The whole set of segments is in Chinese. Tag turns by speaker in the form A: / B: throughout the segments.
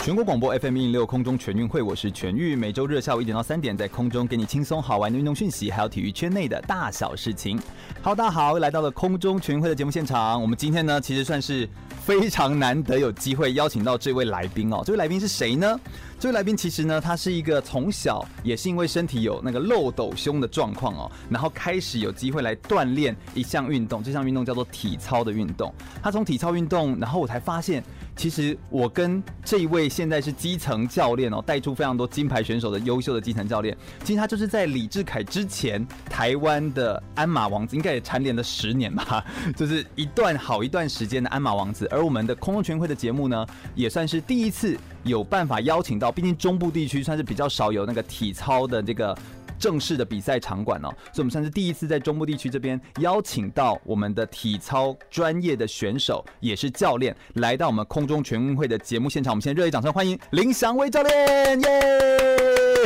A: 全国广播 FM 一零六空中全运会，我是全玉，每周日下午一点到三点，在空中给你轻松好玩的运动讯息，还有体育圈内的大小事情。Hello，大家好，又来到了空中全运会的节目现场。我们今天呢，其实算是非常难得有机会邀请到这位来宾哦。这位来宾是谁呢？这位来宾其实呢，他是一个从小也是因为身体有那个漏斗胸的状况哦，然后开始有机会来锻炼一项运动，这项运动叫做体操的运动。他从体操运动，然后我才发现，其实我跟这一位现在是基层教练哦，带出非常多金牌选手的优秀的基层教练，其实他就是在李志凯之前，台湾的鞍马王子，应该也蝉联了十年吧， 就是一段好一段时间的鞍马王子。而我们的空中全运会的节目呢，也算是第一次有办法邀请到，毕竟中部地区算是比较少有那个体操的这个。正式的比赛场馆哦，所以我们算是第一次在中部地区这边邀请到我们的体操专业的选手，也是教练，来到我们空中全运会的节目现场。我们先热烈掌声欢迎林祥威教练，耶、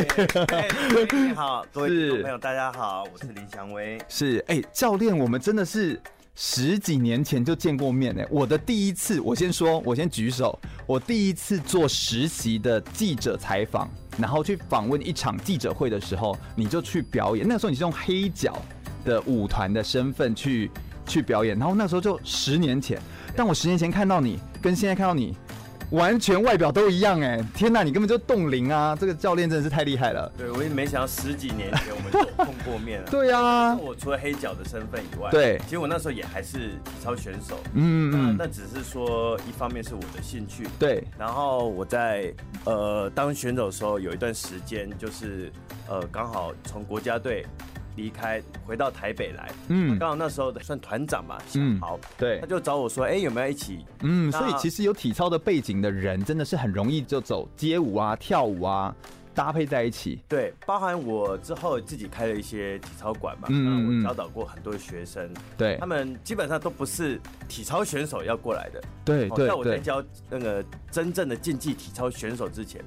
B: 你好，哎各位
A: 是
B: 听众朋友，大家好，我是林祥威。
A: 是，哎、教练，我们真的是十几年前就见过面哎、我的第一次，我先说，我先举手，我第一次做实习的记者采访，然后去访问一场记者会的时候，你就去表演。那时候你是用黑脚的舞团的身份去去表演，然后那时候就十年前，但我十年前看到你，跟现在看到你。完全外表都一样哎、天哪，你根本就冻龄啊！这个教练真的是太厉害了。
B: 对，我也没想到十几年前我们就有碰过面了。
A: 对呀、
B: 那
A: 啊，
B: 我除了黑脚的身份以外，
A: 对
B: 其实我那时候也还是体操选手。
A: 嗯
B: 嗯，
A: 嗯，
B: 那只是说，一方面是我的兴趣，
A: 对，
B: 然后我在呃当选手的时候，有一段时间就是呃刚好从国家队离开，回到台北来，
A: 嗯
B: 刚好那时候算团长吧，小
A: 嗯
B: 豪，
A: 对
B: 他。就找我说，哎、有没有一起
A: 嗯，
B: 那
A: 所以其实有体操的背景的人，真的是很容易就走街舞啊、跳舞啊搭配在一起。
B: 对，包含我之后自己开了一些体操馆嘛，
A: 嗯嗯嗯
B: 嗯，我教导过很多学生，
A: 对
B: 他，们基本上都不是体操选手要过来的。
A: 对
B: 哦
A: 对
B: 在我在
A: 对，
B: 教那个真正的竞技体操选手之前，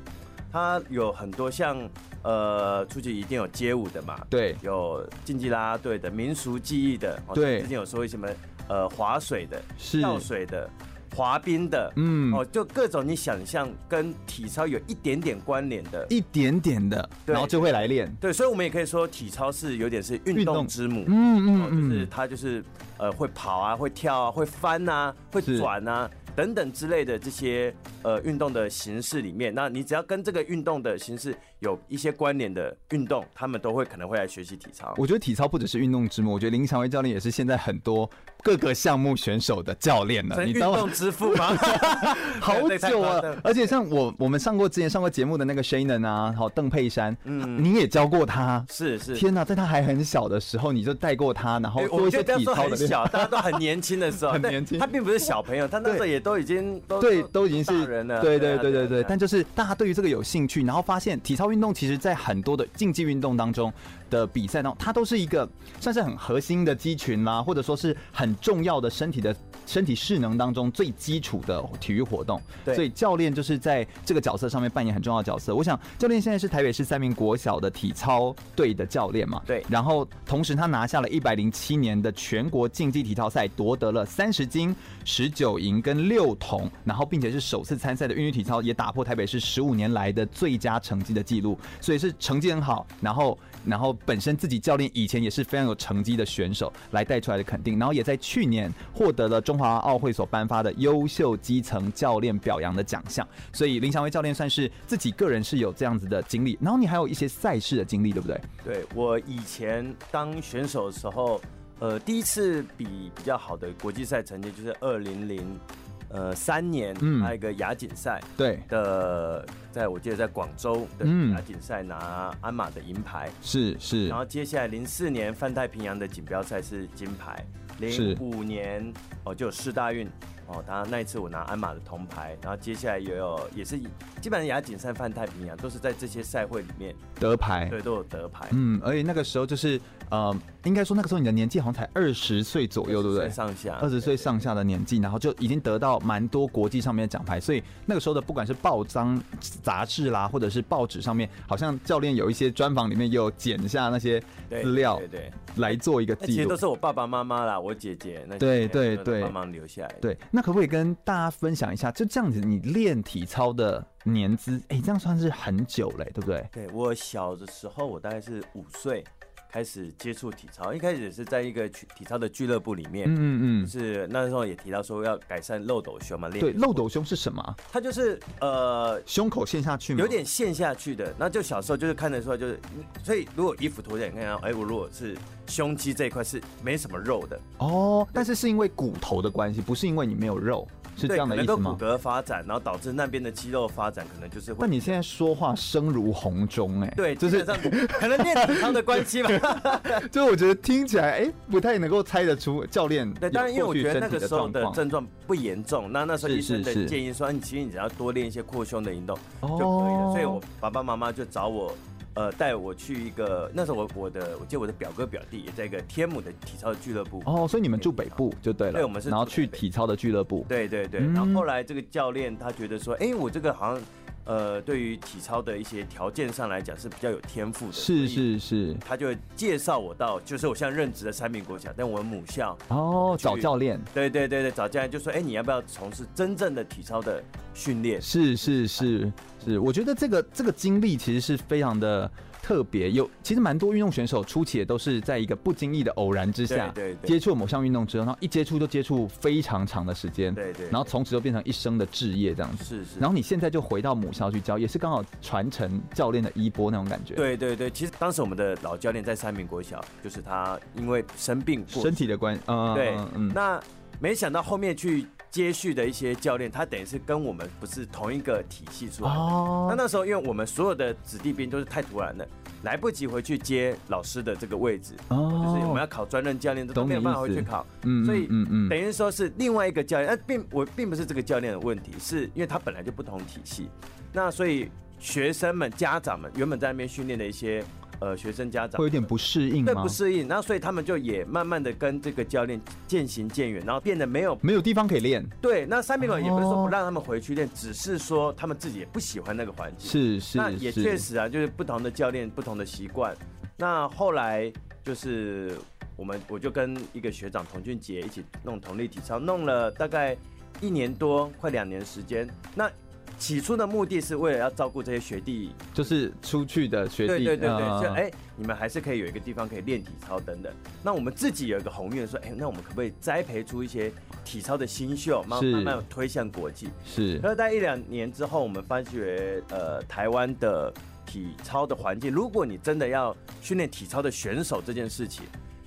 B: 他有很多像呃，出去一定有街舞的嘛，
A: 对
B: 有竞技啦啦队的、民俗技艺的，哦
A: 对
B: 之前有说一些什么呃划水的、
A: 是
B: 跳水的、滑冰的，
A: 嗯
B: 哦，就各种你想象跟体操有一点点关联的，
A: 一点点的，
B: 对哦
A: 然后就会来练。
B: 对，所以我们也可以说体操是有点是
A: 运
B: 运
A: 动
B: 动之母，
A: 嗯
B: 哦
A: 嗯
B: 就是
A: 嗯，
B: 它就是呃会跑啊，会跳啊，会翻啊，会
A: 是
B: 转啊等等之类的这些呃运动的形式里面，那你只要跟这个运动的形式有一些关联的运动，他们都会可能会来学习体操。
A: 我觉得体操不只是运动之母，我觉得林祥威教练也是现在很多各个项目选手的教练呢。
B: 成
A: 你
B: 运
A: 知道吗？
B: 动之父吗？
A: 好
B: 对太
A: 久
B: 夸
A: 啊
B: 张！
A: 而且像我我们上过之前上过节目的那个 Shannon 啊，好邓佩珊，
B: 嗯
A: 你也教过他。
B: 是是。
A: 天哪，在他还很小的时候你就带过他，然后
B: 哎
A: 做一
B: 我觉
A: 些
B: 得不要
A: 体
B: 说
A: 操的
B: 很
A: 练
B: 小，大家都很年轻的时 候，
A: 很
B: 但
A: 年轻
B: 他并不是小朋友，他那时候也都已经都
A: 对，都已经是
B: 大人了。
A: 对
B: 啊
A: 对对对
B: 啊
A: 对，
B: 啊
A: 但就是大家对于这个有兴趣，然后发现体操运动其实在很多的竞技运动当中的比赛当中，它都是一个算是很核心的肌群啦、或者说是很重要的身体的身体势能当中最基础的体育活动。
B: 对
A: 所以教练就是在这个角色上面扮演很重要的角色。我想教练现在是台北市三明国小的体操队的教练嘛？
B: 对
A: 然后同时他拿下了一百零七年的全国竞技体操赛，夺得了三十金、十九银跟六铜，然后并且是首次参赛的韵律体操也打破台北市十五年来的最佳成绩的记录，所以是成绩很好，然后然后本身自己教练以前也是非常有成绩的选手来带出来的肯定，然后也在去年获得了中华奥会所颁发的优秀基层教练表扬的奖项，所以林祥威教练算是自己个人是有这样子的经历，然后你还有一些赛事的经历，对不对？
B: 对我以前当选手的时候，呃，第一次比比较好的国际赛成绩就是二零零呃三年，
A: 嗯
B: 还有一个亚锦赛
A: 对，
B: 的，在我记得在广州的
A: 嗯
B: 亚锦赛拿鞍马的银牌，
A: 是是
B: 然后接下来零四年泛太平洋的锦标赛是金牌，
A: 是
B: 零五年哦就有世大运哦，他那一次我拿鞍马的铜牌，然后接下来也有也是基本上亚锦赛、泛太平洋都是在这些赛会里面，
A: 得牌。
B: 对，都有得牌。
A: 嗯，而且那个时候就是，呃，应该说那个时候你的年纪好像才二十岁左右，对不对？
B: 上下
A: 二十岁上下的年纪，然后就已经得到蛮多国际上面的奖牌，所以那个时候的不管是报章、杂志啦，或者是报纸上面，好像教练有一些专访里面也有剪下那些
B: 对
A: 资料
B: 对对，哎
A: 来做一个
B: 那其
A: 记
B: 实
A: 录
B: 都。是我爸爸妈妈啦，我姐姐那些
A: 对对
B: 都是
A: 对
B: 帮忙留下来的。
A: 对，那可不可以跟大家分享一下，就这样子你练体操的年资？哎、这样算是很久嘞、对不对？
B: 对我小的时候，我大概是五岁开始接触体操，一开始是在一个体体操的俱乐部里面，
A: 嗯嗯嗯，
B: 就是那时候也提到说要改善漏斗胸嘛，练
A: 对，嗯漏斗胸是什么啊？
B: 它就是呃
A: 胸口陷下去吗？
B: 有点陷下去的，那就小时候就是看得出来，就是嗯所以如果衣服脱掉，你看到哎，我如果是胸肌这一块是没什么肉的，
A: 哦，但是是因为骨头的关系，不是因为你没有肉，是这
B: 对，
A: 样
B: 可
A: 的意
B: 能
A: 思
B: 都骨
A: 吗？
B: 骼发展，然后导致那边的肌肉发展可能就是会
A: 但。你现在说话声如洪钟、哎，
B: 对，
A: 就
B: 基
A: 是
B: 本上可能练体操的关系吧。
A: 就是我觉得听起来，哎、不太能够猜得出教练
B: 对，当然，因为
A: 有
B: 我
A: 过去
B: 觉得那
A: 身体
B: 个时候的
A: 状况
B: 症状不严重，那那时候
A: 是
B: 医生
A: 是是
B: 的建议说，你其实你只要多练一些扩胸的运动就可以了。
A: 哦，
B: 所以我爸爸妈妈就找我，呃，带我去一个那时候我我的我记得我的表哥表弟也在一个天母的体操俱乐部。
A: 哦，所以你们住北部就对了，
B: 对我们是
A: 然后
B: 住
A: 去
B: 北
A: 体操的俱乐部，
B: 对对对，
A: 嗯
B: 然后后来这个教练他觉得说，哎，我这个好像。呃，对于体操的一些条件上来讲是比较有天赋的，
A: 是
B: 所以
A: 是是，
B: 他就介绍我到，就是我现在任职的三民国小，但我母校
A: 哦，
B: 去
A: 找教练，
B: 对对对对，找教练就说，哎、你要不要从事真正的体操的训练？
A: 是是是是，我觉得这个这个经历其实是非常的特别，有其实蛮多运动选手初期也都是在一个不经意的偶然之下，
B: 对对对
A: 接触某项运动之后，然后一接触就接触非常长的时间，
B: 对对对
A: 然后从此就变成一生的志业这样子。
B: 是是。
A: 然后你现在就回到母校去教，也是刚好传承教练的衣钵那种感觉，，
B: 对对对，其实当时我们的老教练在三民国小，就是他因为生病过，
A: 身体的关，嗯，
B: 对
A: 嗯嗯，
B: 那没想到后面去接续的一些教练，他等于是跟我们不是同一个体系出来的。那
A: 哦，
B: 那时候因为我们所有的子弟兵都是太突然了，来不及回去接老师的这个位置，就是我们
A: 哦，
B: 要考专任教练都
A: 懂
B: 没有
A: 你
B: 办
A: 意
B: 法回去
A: 思
B: 考。
A: 嗯
B: 所以
A: 嗯嗯
B: 等于说是另外一个教练，那并我并不是这个教练的问题，是因为他本来就不同体系，那所以学生们、家长们原本在那边训练的一些呃学生家长
A: 会有点不适应
B: 对
A: 吗
B: 不？适应，那所以他们就也慢慢的跟这个教练渐行渐远，然后变得没有
A: 没有地方可以练，
B: 对。那三明馆也不是说
A: 哦
B: 不让他们回去练，只是说他们自己也不喜欢那个环境。
A: 是是
B: 那也
A: 是
B: 确实啊，就是不同的教练、不同的习惯。那后来就是我们，我就跟一个学长童俊杰一起弄同力体操，弄了大概一年多，快两年时间。那起初的目的是为了要照顾这些学弟，
A: 就是出去的学
B: 对
A: 弟，
B: 对对对，
A: 呃
B: 就哎、你们还是可以有一个地方可以练体操等等。那我们自己有一个宏愿，说，哎、那我们可不可以栽培出一些体操的新秀，慢
A: 是
B: 慢慢慢推向国际？
A: 是
B: 可是，在一两年之后，我们发觉，呃，台湾的体操的环境，如果你真的要训练体操的选手这件事情，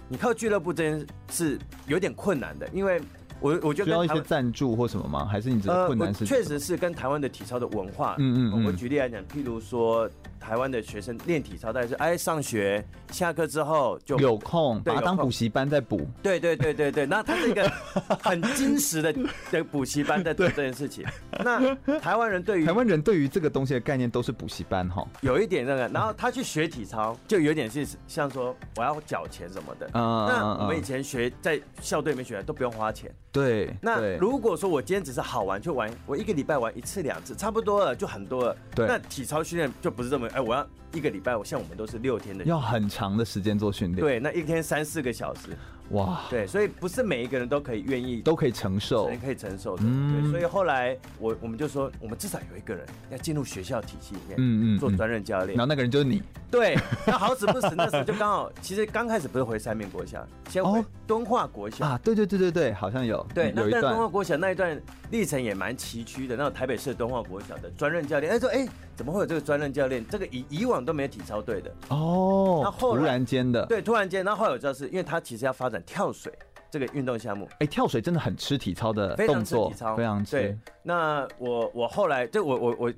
B: 你靠俱乐部这件事有点困难的，因为我我觉
A: 需
B: 得
A: 要
B: 跟
A: 一
B: 台
A: 些
B: 湾
A: 赞助或什么吗？还是你这个
B: 呃，
A: 困
B: 我
A: 难是？
B: 确，实是跟台湾的体操的文化，呃
A: 嗯嗯嗯
B: 我举例来讲，譬如说台湾的学生练体操，但是哎上学下课之后就
A: 有空
B: 对
A: 把它
B: 有
A: 当
B: 空
A: 补习班在补，
B: 对对对对对，那它是一个很精 实的的补习班在做这件事情。那台湾人对于
A: 台湾人对于这个东西的概念都是补习班哈，
B: 有一点那个，然后他去学体操，就有点是像说我要缴钱什么的。
A: 嗯
B: 那我们以前学在校队里面学的都不用花钱。
A: 对，
B: 那
A: 对
B: 如果说我今天只是好玩，就玩我一个礼拜玩一次两次，差不多了，就很多了。
A: 对
B: 那体操训练就不是这么，哎，我要一个礼拜，我像我们都是六天的，
A: 要很长的时间做训练，
B: 对，那一天三四个小时，
A: 哇，
B: 对，所以不是每一个人都可以愿意
A: 都可以承受
B: 人，可以承受的。
A: 嗯
B: 对，所以后来我我们就说，我们至少有一个人要进入学校体系里面，
A: 嗯嗯
B: 做
A: 嗯
B: 专任教练
A: 然后。那个人就是你，
B: 对，那好死不死，那时候就刚好，其实刚开始不是回三面国小，先回
A: 哦
B: 敦化国小。
A: 啊，对对对对对，好像有，
B: 对，那
A: 啊有一
B: 但敦化
A: 段
B: 国小那一段历程也蛮崎岖的。那种台北市敦化国小的专任教练，哎说，哎，怎么会有这个专任教练？这个以以往都没有体操队的。那
A: 哦，
B: 后
A: 突
B: 来
A: 然间的，
B: 对，突然间，然后后来我知道是因为他其实要发展跳水这个运动项目，
A: 哎，跳水真的很吃体操的
B: 非
A: 动
B: 常吃
A: 作
B: 体操，，
A: 非常吃
B: 对，，那我我后来就我我我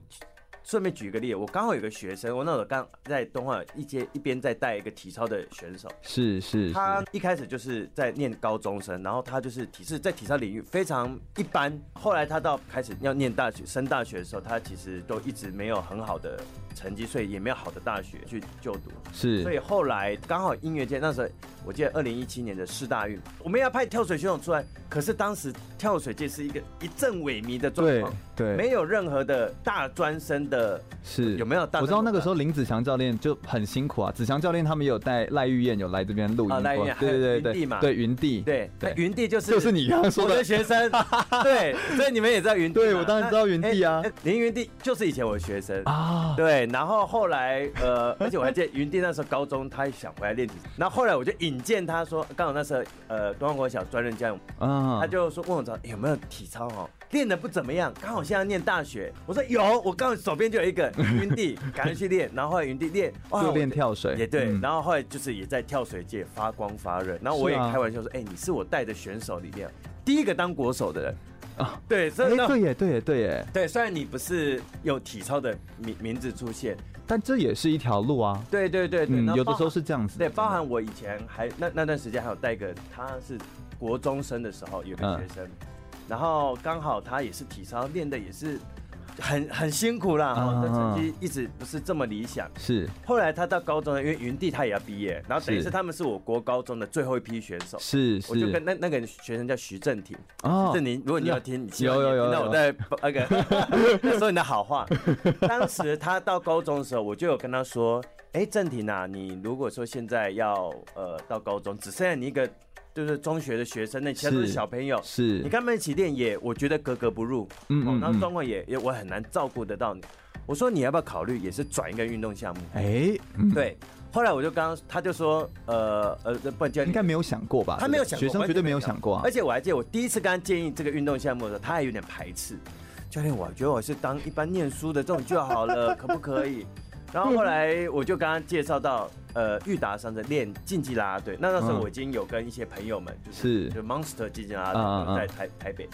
B: 顺便举个例，我刚好有个学生，我那时候刚在东华一街一边在带一个体操的选手，
A: 是是是，
B: 他一开始就是在念高中生，然后他就是体是在体操领域非常一般。后来他到开始要念大学、升大学的时候，他其实都一直没有很好的成绩，所以也没有好的大学去就读。所
A: 是
B: 以后来刚好音乐界那时候，我记得二零一七年的世大运，我们要派跳水选手出来，可是当时跳水界是一个一阵萎靡的状
A: 对
B: 况，
A: 对
B: 没有任何的大专生的
A: 是
B: 有没有大专生的？
A: 我知道那个时
B: 候
A: 候林子祥教练就很辛苦啊，子祥教练他们也有带赖玉燕有来这边录音
B: 啊赖玉
A: 过
B: 燕，
A: 对
B: 还有
A: 对对
B: 云地
A: 对，
B: 嘛
A: 对云地，
B: 对，那
A: 对
B: 云地就是
A: 就是你刚刚说
B: 我的
A: 的，
B: 学生， 对，所以你们也知道云地嘛，
A: 对我当然知道云地啊
B: 那哎林云地就是以前我的学生。
A: 啊，
B: 对，然后后来呃，而且我还记得云地那时候高中，他想回来练体操，然后后来我就引荐他说，刚好那时候呃，东方国小专任教练，
A: 嗯，
B: 他就说问我说、哎有没有体操哦，练的不怎么样，刚好现在念大学，我说有，我刚好手边就有一个云地，赶快去练，然后后来云地练，哇
A: 就练跳水，
B: 也对，
A: 嗯
B: 然后后来就是也在跳水界发光发热，然后我也
A: 是啊
B: 开玩笑说，哎、你是我带的选手里面第一个当国手的人
A: 啊
B: 啊，对，所以
A: 哎，
B: 那
A: 对耶，对耶，对耶，
B: 对，虽然你不是有体操的名名字出现，
A: 但这也是一条路啊，
B: 对对对对，
A: 嗯，
B: 然后
A: 有的
B: 包
A: 时候
B: 含
A: 是这样子，
B: 对，包含我以前还那那段时间还有带一个，他是国中生的时候有个
A: 嗯
B: 学生，然后刚好他也是体操练的也是很很辛苦啦，
A: 啊
B: 哈，但成绩一直不是这么理想。
A: 是
B: 后来他到高中了，因为云地他也要毕业，然后等于
A: 是
B: 是他们是我国高中的最后一批选手。
A: 是
B: 我就是跟那那个学生叫徐正廷，
A: 哦
B: 是你，如果你有听，你希望
A: 有有
B: 你
A: 有
B: 听到
A: 有
B: 我在那 个说你的好话。当时他到高中的时候，我就有跟他说：“哎，郑婷啊，你如果说现在要呃到高中，只剩下你一个就是中学的学生，那其他都是
A: 是
B: 小朋友，
A: 是，
B: 你跟他们一起练也，我觉得格格不入。
A: 嗯
B: 哦，然后
A: 嗯
B: 状况也也我很难照顾得到你。我说你要不要考虑，也是转一个运动项目？
A: 哎，嗯，
B: 对。后来我就刚，他就说，呃呃，不然教
A: 应
B: 练
A: 该没有想过吧？
B: 他没有想过
A: 学生绝对没有想过啊
B: 而，且我还记得我第一次跟他建议这个运动项目的时候，他还有点排斥。教练，我觉得我是当一般念书的这种就 好了，可不可以？然后后来我就跟他介绍到，呃，裕达商的练竞技啦啦队。那那时候
A: 嗯
B: 我已经有跟一些朋友们，就是
A: 是
B: 就 Monster 竞技啦
A: 嗯
B: 啦
A: 嗯嗯
B: 队在台台北，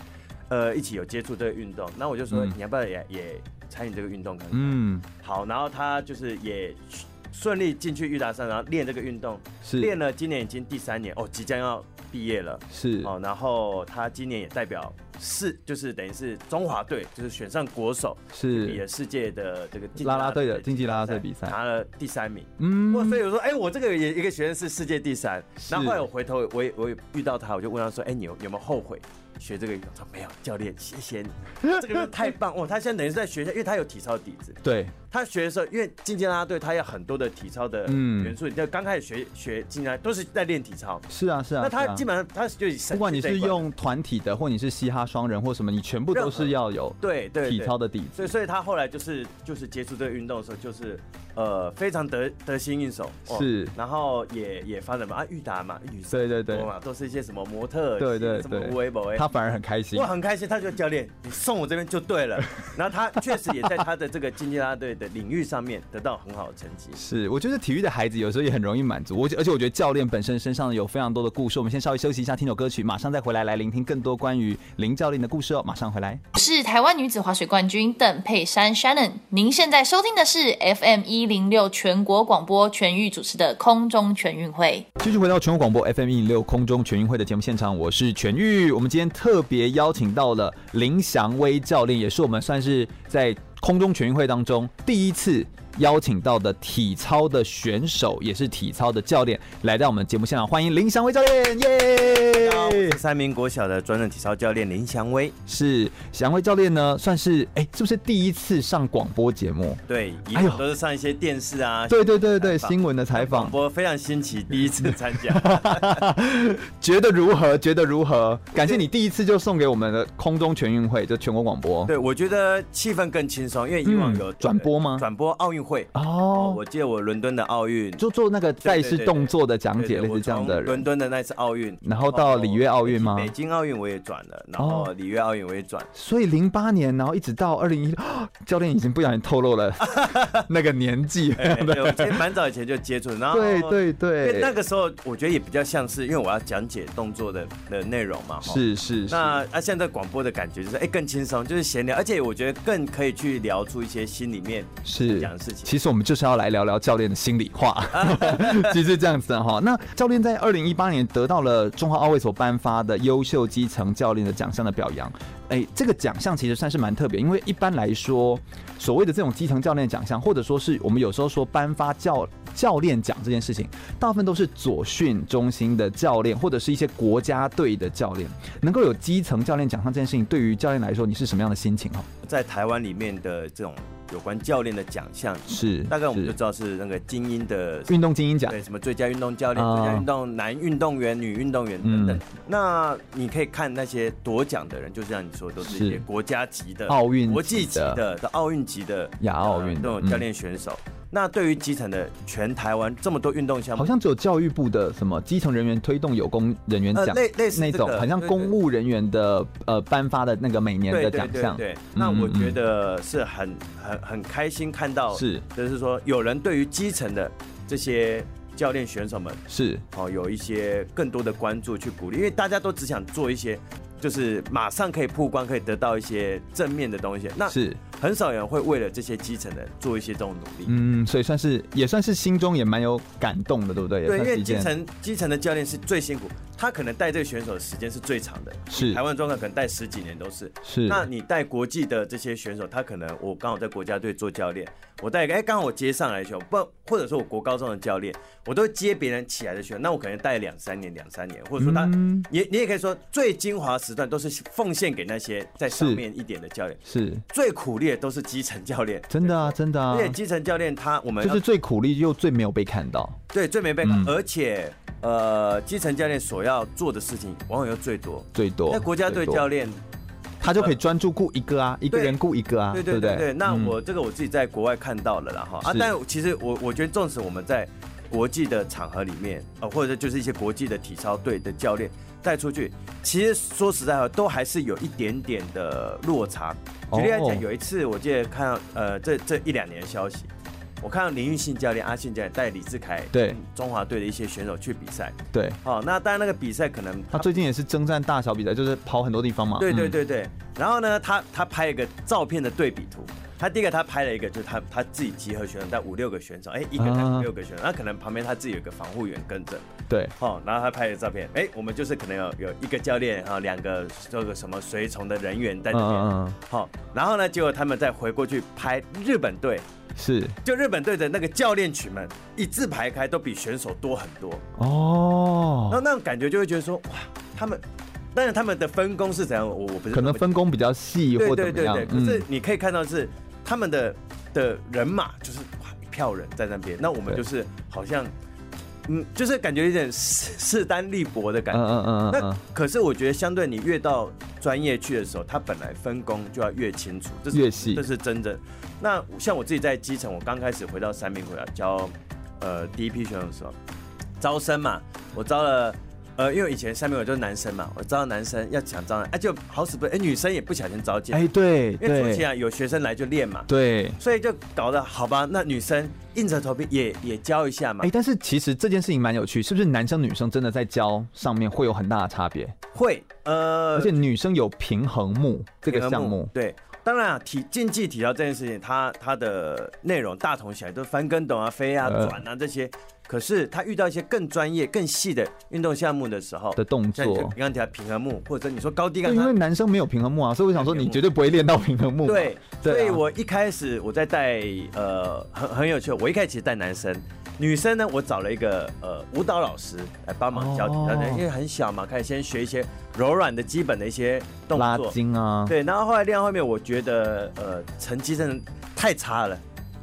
B: 呃，一起有接触这个运动。那我就说，哎
A: 嗯
B: 你要不要也也参与这个运动看看？
A: 嗯，
B: 好，然后他就是也顺利进去裕达商，然后练这个运动，
A: 是
B: 练了今年已经第三年哦，即将要毕业了。
A: 是
B: 哦，然后他今年也代表世，就是等于是中华队，就是选上国手，
A: 是
B: 也世界的这个竞技
A: 啦啦队的竞技啦啦
B: 拉
A: 队比赛，
B: 拿了第三名。
A: 嗯
B: 哇，所以我说，哎、我这个也一个学生是世界第三。然后后来我回头，我也我也遇到他，我就问他说，哎、你有有没有后悔学这个运动？他说没有，教练，谢谢你，这个运动太棒哇！他现在等于是在学校，因为他有体操底子，
A: 对，
B: 他学的时候，因为竞技啦啦队他有很多的体操的
A: 嗯
B: 元素，你就刚开始学学竞技啦啦都是在练体操。
A: 是啊是啊，
B: 那
A: 是
B: 他
A: 啊
B: 基本上他就以省
A: 不管你
B: 去这
A: 是
B: 一关
A: 用团体的，或你是嘻哈双人或什么，你全部都是要有
B: 对对
A: 体
B: 对
A: 操的底子。
B: 所以，所以他后来就是就是接触这个运动的时候，就是呃非常得得心应手，哦
A: 是
B: 然后也也发展嘛啊，裕达嘛，女生
A: 对对对
B: 多嘛，都是一些什么模特，
A: 对对
B: 什么
A: 对
B: 无为博
A: 他反而很开心
B: 我。很开心，他就教练，你送我这边就对了。然后他确实也在他的这个竞技啦啦队的领域上面得到很好的成绩。
A: 是，我觉得体育的孩子有时候也很容易满足。我觉而且我觉得教练本身身上有非常多的故事。我们先稍微休息一下，听首歌曲，马上再回来来聆听更多关于林教练的故事哦。马上回来。
C: 我是台湾女子滑水冠军邓佩珊 Shannon。您现在收听的是 FM 一零六全国广播全域主持的空中全运会。
A: 继续回到全国广播 FM 一零六空中全运会的节目现场，我是全玉。我们今天特别邀请到了林祥威教练，也是我们算是在空中全运会当中第一次邀请到的体操的选手，也是体操的教练，来到我们节目现场，欢迎林祥威教练，耶、
B: 大家好我是三民国小的专任体操教练林祥威，
A: 是祥威教练呢，算是哎、是不是第一次上广播节目？
B: 对，以
A: 哎呦
B: 往都是上一些电视啊，
A: 对对对对，
B: 采访
A: 新闻的采
B: 广
A: 访，
B: 播非常新奇，第一次参加。
A: 觉得如何？觉得如何？感谢你第一次就送给我们的空中全运会，就全国广播。
B: 对，我觉得气氛更轻松，因为以往
A: 嗯
B: 有
A: 转播吗
B: 转播奥运会。哦，
A: 哦，
B: 我记得我伦敦的奥运，
A: 就做那个赛
B: 对
A: 事
B: 对对
A: 动作的讲
B: 对
A: 解，
B: 对
A: 类
B: 我
A: 似这样
B: 从
A: 的人
B: 伦。敦的那次奥运，
A: 然后到里约啊哦奥运吗
B: 北京奥运我也转了，然后里约奥运我也 转。
A: 所以零八年，然后一直到二 零一，教练已经不小心透露了那个年纪。
B: 哎对，我其实蛮早以前就接触，然后
A: 对对
B: 因为
A: 对，
B: 那个时候我觉得也比较像是，因为我要讲解动作的的内容嘛，齁。
A: 是是是，
B: 那啊，现在广播的感觉就是，哎、更轻松，就是闲聊，而且我觉得更可以去聊出一些心里面
A: 是
B: 讲的事情。
A: 其实我们就是要来聊聊教练的心里话， 其实是这样子的哈。那教练在二零一八年得到了中华奥会所颁发的优秀基层教练的奖项的表扬。哎、这个奖项其实算是蛮特别，因为一般来说，所谓的这种基层教练奖项，或者说是我们有时候说颁发教教练奖这件事情，大部分都是左训中心的教练，或者是一些国家队的教练，能够有基层教练奖项这件事情，对于教练来说，你是什么样的心情哦？
B: 在台湾里面的这种有关教练的奖项，
A: 是，
B: 大概我们
A: 是
B: 就知道是那个精英的
A: 运动精英奖。
B: 对，什么最佳运动教练、
A: 啊嗯
B: 最佳运动男运动员、女运动员等等。那你可以看那些夺奖的人，就像你说，都是一些
A: 是
B: 国家级的、
A: 奥运级的
B: 国际级的、的奥运级的、
A: 亚奥
B: 呃
A: 运的嗯
B: 这种教练选手。那对于基层的全台湾这么多运动项
A: 好
B: 目，
A: 像只有教育部的什么基层人员推动有功人员
B: 呃
A: 奖、
B: 类类似
A: 那
B: 这
A: 种，
B: 个
A: 好像
B: 对
A: 公
B: 对
A: 务人员的呃颁发的那个每年
B: 对
A: 的
B: 对
A: 奖
B: 对
A: 项，
B: 对，那我
A: 嗯
B: 觉得是很很很开心看到，
A: 是
B: 就是说有人对于基层的这些教练选手们，
A: 是
B: 哦，有一些更多的关注去鼓励，因为大家都只想做一些，就是马上可以曝光，可以得到一些正面的东西。那
A: 是，
B: 很少有人会为了这些基层的做一些这种努力。
A: 嗯，所以算是也算是心中也蛮有感动的，对不对？也
B: 对，因
A: 算是
B: 为
A: 一
B: 基
A: 件
B: 层基层的教练是最辛苦，他可能带这个选手的时间是最长的。
A: 是
B: 台湾状况可能带十几年都是。
A: 是
B: 那你带国际的这些选手，他可能我刚好在国家队做教练，我带一个哎，刚好我接上来的球，不或者说我国高中的教练，我都接别人起来的球，那我可能带两三年，两三年，或者说他，
A: 嗯
B: 你你也可以说最精华时段都是奉献给那些在上
A: 是
B: 面一点的教练，
A: 是
B: 最苦力的都是基层教练，
A: 真的啊，真的啊
B: 而，且基层教练他我们
A: 就
B: 要
A: 是最苦力又最没有被看到，
B: 对最没被看，
A: 嗯
B: 而且呃基层教练所要做的事情往往又最多，
A: 最多
B: 那国家队
A: 最多
B: 教练
A: 他就可以专注顾一个啊，一个
B: 对
A: 人顾一个啊，
B: 对
A: 不
B: 对对对，那
A: 嗯
B: 我这个我自己在国外看到了啦哈啊
A: 是，
B: 但其实我我觉得，纵使我们在国际的场合里面，呃，或者就是一些国际的体操队的教练带出去，其实说实在话，都还是有一点点的落差。举例来
A: 哦
B: 讲，有一次我记得看到呃这这一两年的消息，我看到林玉信教练、阿信教练带李志凯
A: 对
B: 中华队的一些选手去比赛，
A: 对，
B: 哦，那当然那个比赛可能
A: 他最近也是征战大小比赛，就是跑很多地方嘛，
B: 对对
A: 嗯，
B: 对对，然后呢，他他拍一个照片的对比图。他第一个，他拍了一个，就是他他自己集合选手，带五六个选手，哎，一个带
A: 啊
B: 五六个选手，那可能旁边他自己有一个防护员跟着，
A: 对
B: 哦，然后他拍的照片，哎，我们就是可能有有一个教练，啊，两个这个什么随从的人员在
A: 嗯
B: 那边，
A: 嗯嗯
B: 好、然后呢，结果他们再回过去拍日本队，
A: 是
B: 就日本队的那个教练群们一字排开，都比选手多很多，
A: 哦
B: 然后。那种感觉就会觉得说，哇，他们，但是他们的分工是怎样，我我不是
A: 可能
B: 那么
A: 分工比较细
B: 对
A: 或怎
B: 对
A: 么
B: 对
A: 样嗯
B: 对，。可是你可以看到是他们的的人马就是哇一票人在那边，那我们
A: 对
B: 就是好像嗯，就是感觉有点势势单力薄的感
A: 嗯
B: 觉。
A: 嗯嗯嗯
B: 那
A: 嗯，
B: 可是我觉得，相对你越到专业去的时候，他本来分工就要越清楚，这是
A: 越细
B: 这是真的。那像我自己在基层，我刚开始回到三明回来教呃第一批选手的时候，招生嘛，我招了。呃，因为以前三明我就是男生嘛，我招了男生要想招男，哎、就好死不死，哎、女生也不小心招进来，
A: 哎，对
B: 因为初期
A: 对
B: 啊有学生来就练嘛，
A: 对。
B: 所以就搞得好吧，那女生硬着头皮也也教一下嘛
A: 哎，，但是其实这件事情蛮有趣，是不是男生女生真的在教上面会有很大的差别？
B: 会呃
A: 而且女生有平衡木这个项目，
B: 对。当然啊，体竞技体操这件事情，它它的内容大同小异，都是翻跟斗啊、飞啊、
A: 呃
B: 转啊这些。可是他遇到一些更专业、更细的运动项目的时候，
A: 的动
B: 像你
A: 作
B: 刚刚提到平衡木，或者你说高低
A: 对，
B: 杠，
A: 因
B: 它
A: 为男生没有平衡木啊，所以我想说你绝对不会练到平衡木嘛。
B: 对，
A: 对啊
B: 所以我一开始我在带呃很很有趣，我一开始其实带男生，女生呢我找了一个呃舞蹈老师来帮忙教体
A: 哦
B: 操，因为很小嘛，开始先学一些柔软的基本的一些动
A: 拉
B: 作。
A: 筋啊，
B: 对，然后后来练到后面，我觉得呃成绩真的太 差了。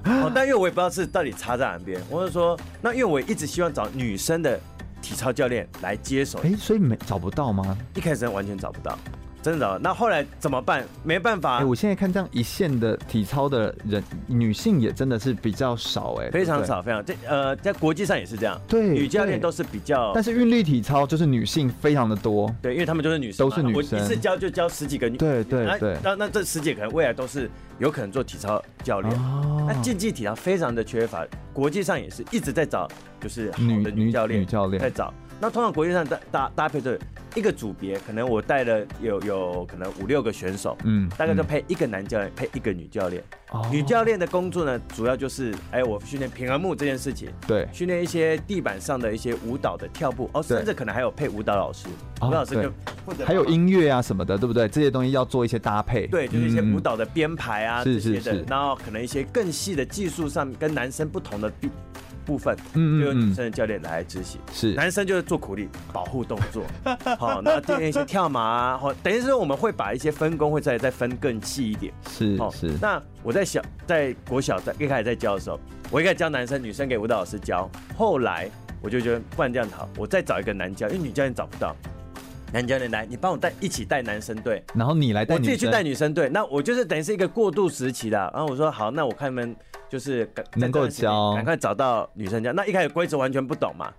B: 哦，但因为我也不知道是到底差在哪边，我就说，那因为我一直希望找女生的体操教练来接手，
A: 哎，所以没找不到吗？
B: 一开始真的完全找不到，真的。那后来怎么办？没办
A: 哎、
B: 法，
A: 我现在看这样一线的体操的人，女性也真的是比较少哎、
B: 非常
A: 对不对。
B: 少，非常这呃，在国际上也是这样，
A: 对
B: 女教练
A: 对
B: 都是比较
A: 但。是韵律体操就是女性非常的多，
B: 对，因为他们都是女生
A: 都
B: 嘛，
A: 是女生
B: 我一次教就教十几个女，
A: 对对
B: 那
A: 对
B: 那那这十几个人未来都是有可能做体操教练，哎
A: 哦
B: 那竞技体操非常的缺乏，国际上也是一直在找，就是好
A: 女
B: 的女教练哎
A: 女教
B: 在
A: 练，
B: 找。那通常国际上搭搭搭配这一个组别，可能我带了有有可能五六个选手，
A: 嗯，
B: 大概就
A: 嗯
B: 配一个男教练，配一个女教练。
A: 哦
B: 女教练的工作呢，主要就是哎，我训练平衡木这件事情，
A: 对
B: 训练一些地板上的一些舞蹈的跳步，哦，
A: 对
B: 甚至可能还有配舞蹈老师，
A: 哦
B: 舞蹈老师
A: 对
B: 就或者
A: 还有音乐啊什么的，对不对？这些东西要做一些搭配，
B: 对，就是一些
A: 嗯
B: 舞，蹈的编排啊、
A: 是
B: 这些
A: 是
B: 的
A: 是，
B: 然后可能一些更细的技术上跟男生不同的部部分，就哎
A: 嗯
B: 由
A: 嗯
B: 女
A: 嗯，
B: 生的教练来执行。
A: 是
B: 男生就是做苦力保护动作，好，那第一些跳马啊，或等于是我们会把一些分工会再再分更细一点。
A: 是是，
B: 哦那我在小在国小在一开始在教的时候，我一开始教男生，女生给舞蹈老师教，后来我就觉得不然这样好，我再找一个男教，因为女教练找不到，男教练来，你帮我带一起带男生队，
A: 然后哦你来带
B: 我自
A: 女
B: 己去
A: 生，
B: 带女生队，那我就是等于是一个过渡时期的。然后我说好，那我看你们就是赶
A: 能够
B: 在这段时间
A: 教
B: 赶快找到女生教。那一开始规则完全不懂嘛，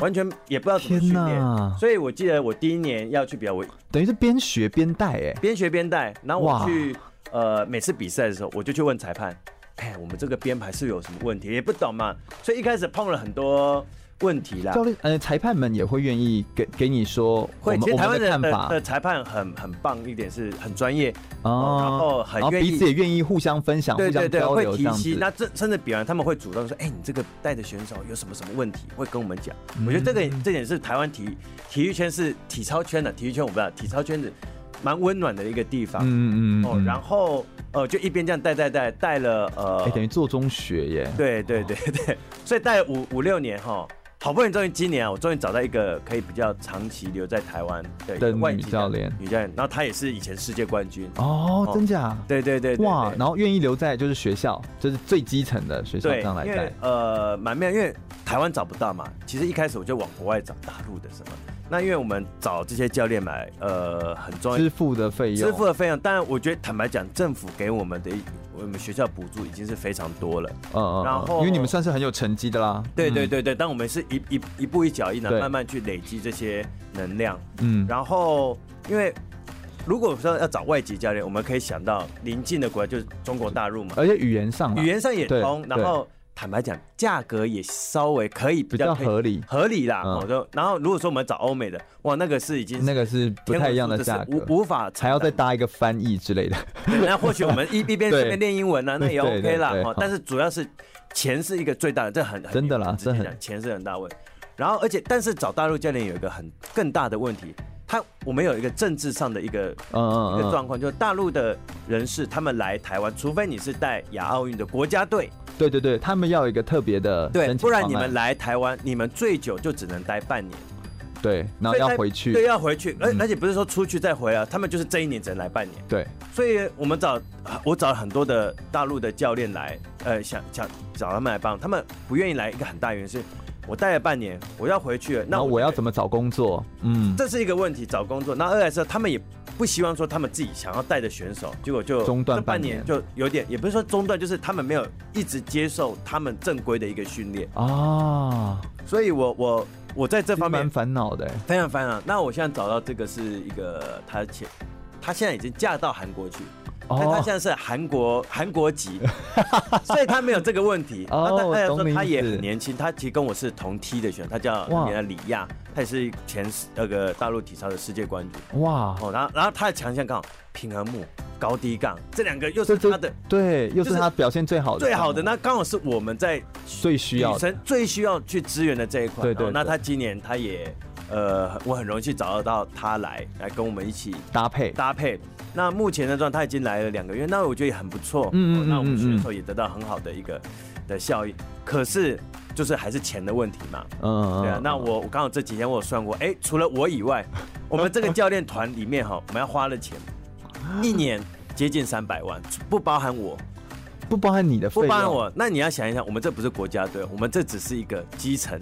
B: 完全也不知道怎么
A: 天
B: 训练。
A: 哪，
B: 所以我记得我第一年要去比较，我
A: 等于是边学边带哎，
B: 边学边带，然后我
A: 哇
B: 去呃每次比赛的时候，我就去问裁判，哎，我们这个编排是有什么问题？也不懂嘛，所以一开始碰了很多问题啦
A: 教。练呃裁判们也会愿意给给你说我
B: 啊会，
A: 们
B: 其实
A: 我
B: 台
A: 们
B: 湾
A: 的
B: 人
A: 看
B: 的呃
A: 法
B: 的裁判很很棒一点，是很专业，
A: 哦
B: 然后呃很
A: 然后
B: 愿意
A: 彼此也愿意互相分享、
B: 对
A: 互
B: 对
A: 相
B: 对，
A: 交
B: 会
A: 流这
B: 提
A: 样
B: 起
A: 子。
B: 那这甚至比完，他们会主动说：“哎、你这个带的选手有什么什么问题，会跟我们讲。”
A: 嗯
B: 我觉得这个这点是台湾体体育圈是体操圈的、体育圈我不知道，体操圈子蛮温暖的一个地方、
A: 嗯嗯嗯
B: 哦。然
A: 后
B: 后呃，就一边这样带带带带了呃，
A: 哎，等于哦做中学耶。
B: 对对对对，所以带了五五六年哈。好不容易，终于今年啊，我终于找到一个可以比较长期留在台湾的一个
A: 的
B: 外
A: 女
B: 籍
A: 教练
B: 女教练，然后她也是以前世界冠军，
A: 哦，真假？
B: 对对对对
A: 哇
B: 对，
A: 然后愿意留在就是学校，就是最基层的学校这
B: 对，
A: 样来
B: 因
A: 带
B: 为。呃，蛮妙，因为台湾找不到嘛。其实一开始我就往国外找大陆的什么。那因为我们找这些教练买，呃，很重要
A: 支。付的费用，
B: 支付的费用，当然，我觉得坦白讲，政府给我们的一我们学校补助已经是非常多了。
A: 嗯，嗯嗯
B: 然后
A: 因为你们算是很有成绩的啦，
B: 对对
A: 嗯，
B: 对对，但我们是一一一步一脚印的，
A: 对
B: 慢慢去累积这些能量。
A: 嗯，
B: 然后，因为如果说要找外籍教练，我们可以想到邻近的国家就是中国大陆嘛，
A: 而且语言上啦
B: 语言上也
A: 呃对
B: 通，然
A: 对
B: 后坦白讲，价格也稍微可以
A: 比
B: 比
A: 较
B: 较可以
A: 合理，
B: 合理啦。
A: 嗯
B: 我就然后如果说我们找欧美的，哇，那个是已经
A: 那个是不
B: 天文
A: 太一样的
B: 数字是
A: 价格，
B: 无无法
A: 还要再
B: 承
A: 搭一个翻译之 类的，
B: 担。对那或许 我们一一边
A: 对
B: 顺便练英文呢、啊，那也
A: 对对
B: OK 啦。
A: 对对
B: 哦，但是主要是钱是一个最大的，这很很
A: 真的啦
B: 直接
A: 这很
B: 讲钱是很大问题。然后而且但是找大陆教练有一个很更大的问题，他我们有一个政治上的一个
A: 嗯
B: 一个
A: 嗯嗯，
B: 状况，就是大陆的人士他们来台湾，除非你是带亚奥运的国家队，
A: 对对对，他们要有一个特别的申
B: 对，
A: 请
B: 不然
A: 方
B: 你
A: 案
B: 们来台湾，你们最久就只能待半年。
A: 对，然后
B: 所以
A: 要
B: 在
A: 回去，
B: 对，要回去，而、
A: 嗯
B: 而且不是说出去再回啊，他们就是这一年只能来半年，
A: 对，
B: 所以我们找我找了很多的大陆的教练来，呃，想想找他们来帮，他们不愿意来，一个很大原因是，我待了半年，我要回去了，
A: 然
B: 那
A: 后我要怎
B: 么？
A: 么找工作？嗯，
B: 这是一个问题，找工作。那二来是他们也不希望说他们自己想要带的选手，结果就
A: 中断
B: 这半
A: 半年
B: 年，就有点，也不是说中断，就是他们没有一直接受他们正规的一个训练，
A: 啊，
B: 所以我我我在这
A: 这
B: 方面
A: 蛮烦恼的欸，
B: 非常烦啊！那我现在找到这个是一个她前，她现在已经嫁到韩国去，
A: 哦
B: 但她现在是韩国韩 国籍，所以她没有这个问题。啊
A: 哦
B: 那她
A: 懂
B: 说
A: 你
B: 她也
A: 意思
B: 很年轻，她其实跟我是同梯的选手，她叫
A: 哇
B: 你的李亚，她也是前世那个大陆体操的世界冠军。
A: 哇，
B: 哦，然后然后她的强项刚好平衡木、高低杠这两个又是
A: 这这哦
B: 她的
A: 对，又是
B: 就是
A: 他表现最好的，
B: 最好的，那刚好是我们在
A: 最需要
B: 女
A: 的
B: 生最需要去支援的这一块。
A: 对对
B: 哦那
A: 对
B: 他今年他也，呃，我很荣幸找得到他来，来跟我们一起
A: 搭配，
B: 搭配。那目前的状态已经来了两个月，那我觉得也很不错。
A: 嗯嗯
B: 哦
A: 嗯
B: 那我们
A: 嗯嗯
B: 选手也得到很好的一个的效益，可是就是还是钱的问题嘛。
A: 嗯嗯，
B: 对啊
A: 嗯，
B: 那
A: 嗯
B: 我我刚好这几天我有算过，哎，除了我以 外，我们这个教练团里面哈，我们要花的钱一年接近三百万，不包含我，
A: 不包含你的费
B: 不
A: 用，
B: 包含我，那你要想一想，我们这不是国家队，我们这只是一个基层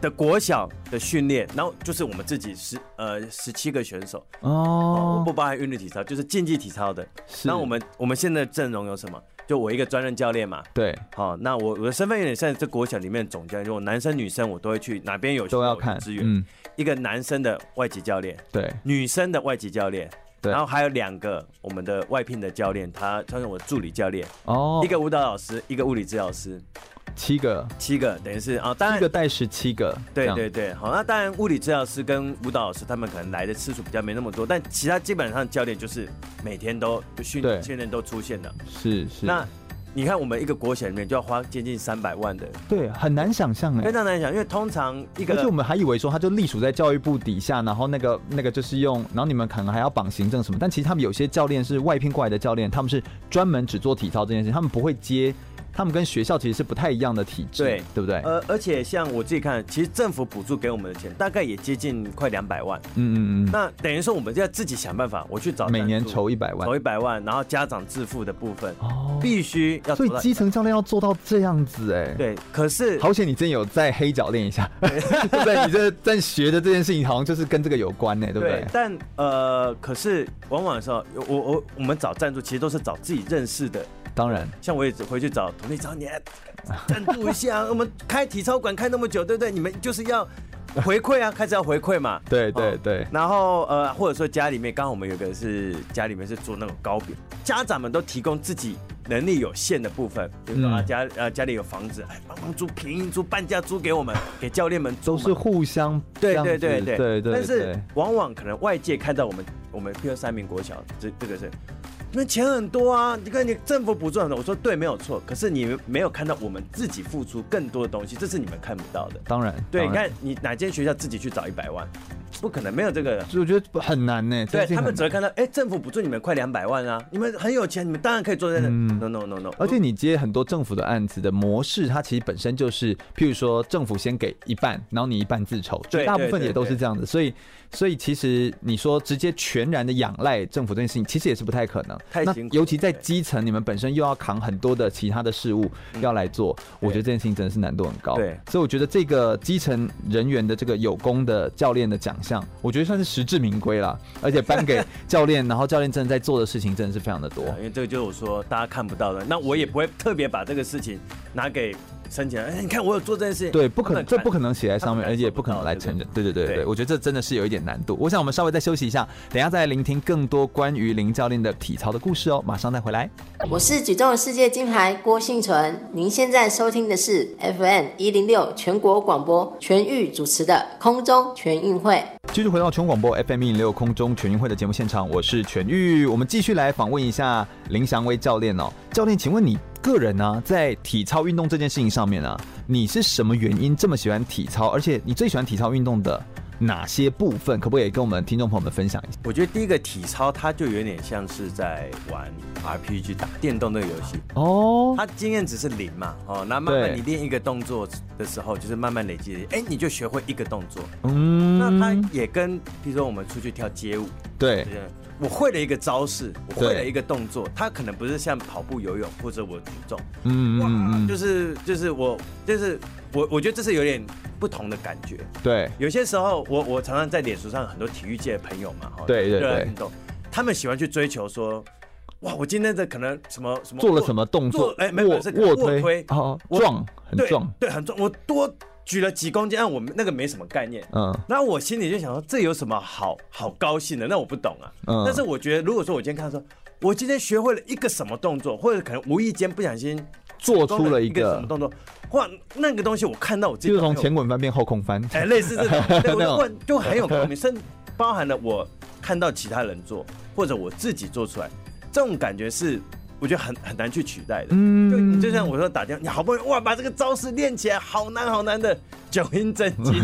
B: 的国小的训练，然后就是我们自己十呃十七个选手，哦，
A: 哦
B: 不，包含韵律体操，就是竞技体操的。
A: 是
B: 那我们我们现在的阵容有什么？就我一个专任教练嘛。
A: 对
B: 好，那我我的身份有点像这国小里面的总教练，我男生女生我都会去哪边有
A: 都要
B: 我就
A: 看
B: 支，援。
A: 嗯，
B: 一个男生的外籍教练，
A: 对，
B: 女生的外籍教练，
A: 对
B: 然后还有两个我们的外聘的教练，他他是我的助理教练，
A: 哦，
B: 一个舞蹈老师，一个物理治疗师，
A: 七个，
B: 七个等于是啊、当
A: 一
B: 然
A: 个带十七个，这
B: 对
A: 样
B: 对对，好，那当然物理治疗师跟舞蹈老师他们可能来的次数比较没那么多，但其他基本上教练就是每天都就训
A: 对
B: 训练都出现的。
A: 是是，
B: 那你看我们一个国小里面就要花接近三百万的，
A: 对很难想象哎
B: 非。常难想，因为通常一
A: 而且我
B: 个
A: 们还以为说它就隶属在教育部底下，然后那个那个就是用，然后你们可能还要绑行政什么，但其实他们有些教练是外聘过来的教练，他们是专门只做体操这件事，他们不会接，他们跟学校其实是不太一样的体制，
B: 对
A: 对不对？
B: 呃，而且像我自己看，其实政府补助给我们的钱大概也接近快两百万，
A: 嗯嗯嗯，
B: 那等于说我们就要自己想办法，我去找
A: 每年
B: 赞助
A: 筹一百万
B: 筹一百万，然后家长自付的部分
A: 哦，
B: 必须要
A: 所
B: 筹
A: 以
B: 到
A: 基层教练要做到这样子哎、。
B: 对，可是
A: 好险你真有在黑脚练一 下，对不对？你这在学的这件事情好像就是跟这个有关呢、哎对不对？
B: 但呃，可是往往的时候，我我我们找赞助其实都是找自己认识的，
A: 当然，
B: 像我也只回去找同弟找你来 赞助一下， 我们开体操馆开那么久，对不对？你们就是要回馈啊， 开始要回馈嘛。
A: 对
B: 哦
A: 对对，
B: 然后呃，或者说家里面，刚好我们有个是家里面是做那种糕饼，家长们都提供自己能力有限的部分，比如说
A: 嗯
B: 啊家呃家里有房子，哎，帮忙租便宜租半价租给我们，给教练们租
A: 都
B: 嘛
A: 是互相
B: 对
A: 这样
B: 对
A: 子
B: 对对
A: 对对，
B: 但是
A: 对
B: 往往可能外界看到我们我们譬如三名国小这这个是，那钱很多啊，你看你政府补助很多，我说对没有错，可是你们没有看到我们自己付出更多的东西，这是你们看不到的。
A: 当然
B: 对，
A: 当
B: 你
A: 然
B: 看你哪间学校自己去找一百万，不可能没有这个。
A: 所以我觉得很难呢、
B: 对
A: 真心
B: 他们
A: 很
B: 只会看到，哎、政府补助你们快两百万啊，你们很有钱，你们当然可以做这个。
A: 嗯
B: no no no no，
A: 而且你接很多政府的案子的模式，它其实本身就是，譬如说政府先给一半，然后你一半自筹，
B: 对
A: 绝大部
B: 对
A: 分
B: 对
A: 也都是
B: 对
A: 这样子。所以，所以其实你说直接全然的仰赖政府这件事情，其实也是不太可能。
B: 太
A: 那
B: 辛苦了
A: 尤其在
B: 对
A: 基层，你们本身又要扛很多的其他的事务要来做，我觉得这件事情真的是难度很高。
B: 嗯对
A: 所以我觉得这个基层人员的这个有功的教练的奖项，我觉得算是实至名归啦。而且颁给教练，然后教练真的在做的事情真的是非常的多。
B: 因为这个就是我说大家看不到的，那我也不会特别把这个事情拿给申请人。哎，你看我有做这件事情，
A: 对，不可能，
B: 他
A: 这
B: 们看
A: 不可能写在上面，
B: 他们
A: 而且也不
B: 做不
A: 可
B: 到
A: 能来承认。对对对对对，
B: 对
A: 我觉得这真的是有一点难度。我想我们稍微再休息一下，等一下再聆听更多关于林教练的体操的故事哦。马上再回来。
D: 我是举重世界金牌郭幸存，您现在收听的是 FM 一零六全国广播全域主持的空中全运会。
A: 继续回到全国广播 FM 一零六空中全运会的节目现场，我是全玉。我们继续来访问一下林祥威教练哦。教练，请问你个人呢、在体操运动这件事情上面啊，你是什么原因这么喜欢体操？而且你最喜欢体操运动的哪些部分？可不可以跟我们听众朋友们分享一下？
B: 我觉得第一个体操，它就有点像是在玩 RPG 打电动那个游戏，
A: 哦，
B: 它经验值是零嘛，哦，那慢
A: 对
B: 慢你练一个动作的时候，就是慢慢累积，哎，你就学会一个动作。
A: 嗯
B: 那它也跟，比如说我们出去跳街舞，
A: 对
B: 对，我会了一个招式，我
A: 对
B: 会了一个动作，它可能不是像跑步、游泳或者我举重，
A: 嗯嗯
B: 哇，
A: 嗯，
B: 就是就是我就是我，我觉得这是有点不同的感觉。
A: 对。
B: 有些时候，我我常常在脸书上很多体育界的朋友嘛，哈，
A: 对对
B: 热爱
A: 对
B: 运动，他们喜欢去追求说，哇，我今天的可能什么什么
A: 做了
B: 握
A: 什么动作
B: 做？哎没有没
A: 卧
B: 有是
A: 卧
B: 卧
A: 推
B: 推
A: 哦，
B: 我
A: 撞很
B: 对
A: 壮，
B: 对，很重，我多举了几公斤，啊但我那个没什么概念。
A: 嗯，
B: 那我心里就想说，这有什么好好高兴的？那我不懂啊。
A: 嗯
B: 但是我觉得，如果说我今天看到说，我今天学会了一个什么动作，或者可能无意间不小心
A: 做出了一
B: 一个
A: 个
B: 什么动作，哇，那个东西我看到我自己
A: 就是从
B: 都很有
A: 前滚翻变后空翻，
B: 哎，类似这种，对
A: 那种
B: 我问就很有共鸣，甚至包含了我看到其他人做，或者我自己做出来，这种感觉是我觉得很很难去取代的。就
A: 嗯
B: 你就像我说打电话，你好不容易哇把这个招式练起来，好难好难的，九阴真 经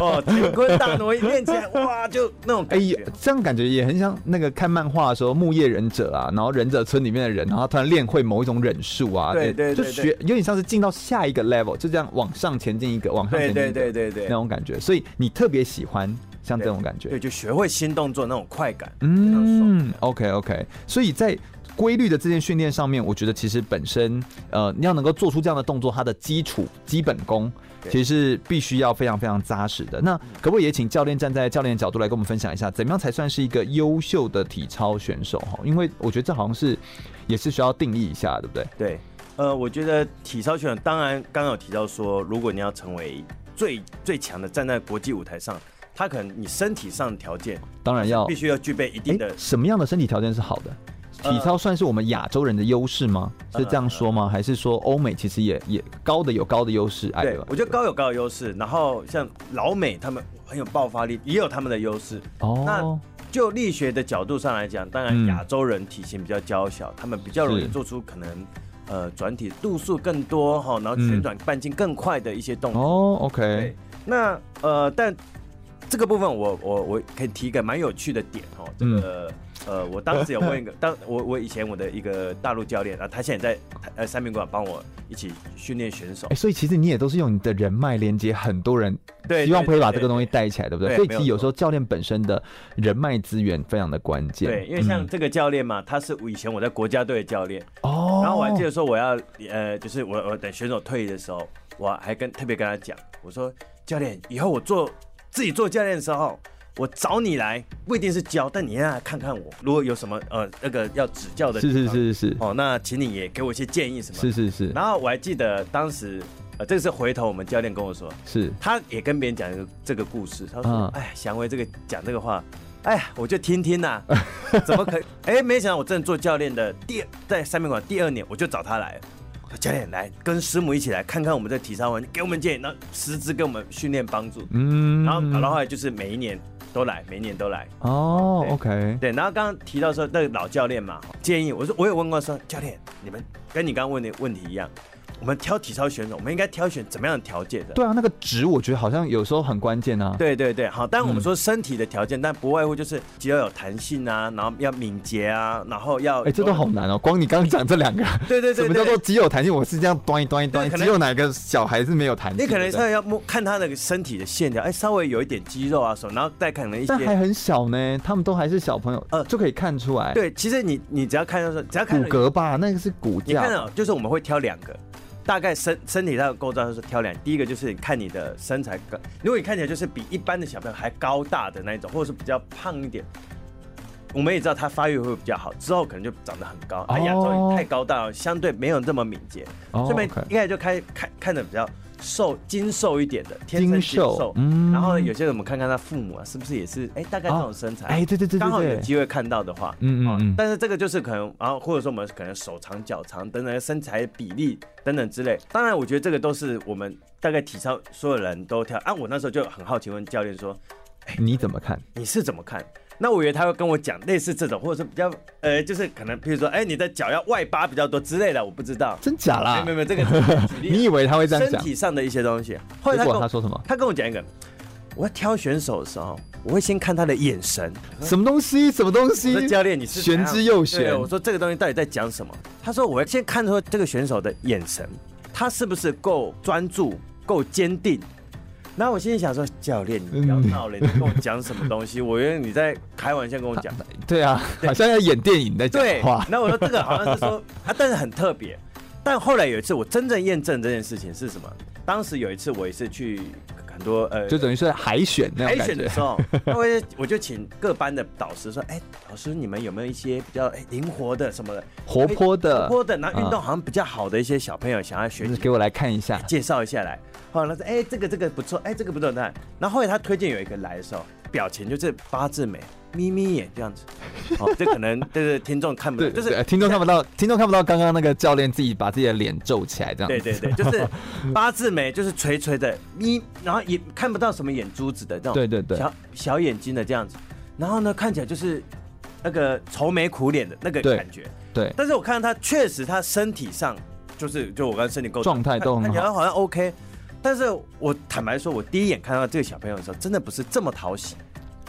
B: 哦，乾坤大挪移练起来，哇就那种
A: 哎
B: 感
A: 呀
B: 觉。，
A: 这样感觉也很像那个看漫画的时候，木叶忍者啊，然后忍者村里面的人，然后突然练会某一种忍术啊，
B: 对对
A: 就
B: 对
A: 学有点像是进到下一个 level，就这样往上前进一个，往上前
B: 对
A: 进
B: 对
A: 一个
B: 对对
A: 那
B: 对，
A: 种感觉，所以你特别喜欢像这种感觉
B: 对，就学会新动作那种快感，非常爽。
A: 嗯，OK 嗯 OK，所以在规律的这件训练上面，我觉得其实本身呃，你要能够做出这样的动作，它的基础基本功
B: 对嗯
A: 其实是必须要非常非常扎实的。那可不可以也请教练站在教练的角度来跟我们分享一下，怎么样才算是一个优秀的体操选手？哈，因为我觉得这好像是也是需要定义一下，对不对？
B: 对，呃，我觉得体操选手，当然刚刚有提到说，如果你要成为最最强的，站在国际舞台上，他可能你身体上的条件
A: 当然要
B: 必须要具备一定
A: 诶
B: 的
A: 什么样的身体条件是好的？
B: 呃
A: 体操算是我们亚洲人的优势吗？是这样说吗？还是说欧美其实也也高的有高的优势？矮的
B: 对
A: 有，
B: 我觉得高有高的优势，然后像老美他们很有爆发力，也有他们的优势。
A: 哦，
B: 就力学的角度上来讲，当
A: 嗯
B: 然亚洲人体型比较娇小，他们比较容易
A: 是
B: 做出可能呃转体度数更多哈，然后
A: 嗯
B: 旋转半径更快的一些动作。
A: 哦
B: 对
A: ，OK，，
B: 那呃，但这个部分我我我可以提一个蛮有趣的点哦，这
A: 嗯
B: 个、呃，我当时有问 一个，当我我以前我的一个大陆教练啊，他现在在呃三明馆帮我一起训练选手
A: 哎、，所以其实你也都是用你的人脉连接很多人，
B: 对，
A: 希望可以把
B: 对
A: 这个东西。
B: 对
A: 带起来，对不对？
B: 对
A: 所以
B: 没
A: 其
B: 有
A: 实有时
B: 错
A: 候教练本身的人脉资源非常的关键。
B: 对，因为像
A: 嗯
B: 这个教练嘛，他是以前我在国家队的教练，
A: 哦，
B: 然后我还记得说我要呃，就是我我等选手退役的时候，我还跟特别跟他讲，我说教练，以后我做自己做教练的时候，我找你来，不一定是教，但你要来看看我，如果有什么呃那个要指教的，
A: 是是，是是
B: 哦，那请你也给我一些建议什么。
A: 是是是
B: 然后我还记得当时呃，这个是回头我们教练跟我说，
A: 是，
B: 他也跟别人讲这个这个故事，他
A: 嗯
B: 说：“哎、祥威这个讲这个话，哎呀，我就听听呐、 怎么可以？哎，没想到我真的做教练的第二，在三面馆第二年，我就找他来了。我说教练来跟师母一起来看看我们这体操环境，给我们建议，然后实质给我们训练帮助。
A: 嗯，
B: 然后搞到后来就是每一年都来，每一年都来。
A: 哦
B: 对
A: ，OK，
B: 对，然后刚刚提到说那个老教练嘛，建议我说我有问过说教练，你们跟你刚刚问的问题一样，我们挑体操选手，我们应该挑选怎么样的条件的？
A: 对啊，那个值我觉得好像有时候很关键啊。
B: 对对对，好，当然我们说身体的条件，但不外乎就是肌肉有弹性啊，然后要敏捷啊，然后要
A: 哎、这都好难哦。光你刚刚讲这两个，
B: 对 对
A: 什
B: 对
A: 么叫
B: 对
A: 做肌肉弹性？我是这样端一端一端，
B: 对可
A: 只
B: 能
A: 有哪个小孩是没有弹性的？
B: 你可能
A: 对不对
B: 是要摸看他那个身体的线条，哎，稍微有一点肌肉啊什么，然后再可能一
A: 但还
B: 些
A: 很小呢，他们都还是小朋友，呃，
B: 呃
A: 就可以看出来。，
B: 对，其实你你只要看到说，只要
A: 骨
B: 看到
A: 骼吧，那个是骨
B: 你看啊
A: 架。
B: 到就是我们会挑两个，大概身身体上的构造就是挑两，第一个就是看你的身材高，如果你看起来就是比一般的小朋友还高大的那一种，或者是比较胖一点。我们也知道他发育会比较好，之后可能就长得很高。啊，亚洲
A: 哦
B: 人太高大了，相对没有这么敏捷，
A: 哦
B: 这边
A: OK
B: 一开始就开看看着比较瘦、精瘦一点的，天生
A: 精
B: 精
A: 瘦
B: 瘦。
A: 嗯
B: 然后呢有些人我们看看他父母啊，是不是也是哎、大概这种身材？
A: 哎，对对对对
B: 刚好有
A: 对，
B: 机会看到的话，
A: 嗯嗯
B: 哦
A: 嗯
B: 但是这个就是可能，然后或者说我们可能手长脚长等等身材比例等等之类。当然，我觉得这个都是我们大概体操所有人都跳。啊，我那时候就很好奇问教练说
A: 你怎么看？
B: 你是怎么看？那我以为他会跟我讲类似这种，或者是比较呃，就是可能比如说哎、你的脚要外八比较多之类的，我不知道。
A: 真假啦
B: 没有？没有，这个只是举例
A: 啊你以为他会这样
B: 身
A: 讲？
B: 体上的一些东西。后来
A: 结
B: 他跟
A: 果他
B: 我
A: 说什么？
B: 他跟我讲一个，我要挑选手的时候，我会先看他的眼神。
A: 什么东西？什么东西
B: 嗯我说？教练，你是怎
A: 玄
B: 样
A: 之又
B: 对
A: 玄。
B: 我说这个东西到底在讲什么？他说我要先看出这个选手的眼神，他是不是够专注、够坚定。然后我心里想说，教练，你不要
A: 嗯
B: 闹了，你跟我讲什么 东西？我以为你在开玩笑跟我讲。
A: 对啊，好像要演电影在讲
B: 对
A: 话，。
B: 那我说这个好像是说 啊，但是很特别。但后来有一次，我真正验证这件事情是什么？当时有一次，我也是去很多呃，
A: 就等于是海选那
B: 海
A: 种感
B: 选
A: 觉
B: 的。时候，那我就我就请各班的导师说，哎、老师你们有没有一些比较哎灵、活的什么的，
A: 活泼的
B: 哎活泼的，然后运
A: 啊
B: 动好像比较好的一些小朋友想要学
A: 就是
B: 习，哎
A: 给我来看一下，
B: 介绍一下来。后来他说，哎、这个这个不错，哎、这个不错，那然后后来他推荐有一个来的时候，表情就是八字眉。眯眯眼这样子， 哦，这可能对对听众看不到，
A: 对，啊
B: 就
A: 就是是听众看不到，听众看不到刚刚那个教练自己把自己的脸皱起来这样。
B: 对对对，就是 八字眉，就是垂垂的，眯，然后也看不到什么眼珠子的这种，
A: 对对对
B: 小小眼睛的这样子，然后呢看起来就是那个愁眉苦脸的那个
A: 对
B: 感觉，
A: 对
B: 但是我看到他确实他身体上就是就我刚才身体构造
A: 状态都很
B: 看看起来
A: 好
B: 好像 OK，但是我坦白说，我第一眼看到这个小朋友的时候，真的不是这么讨喜，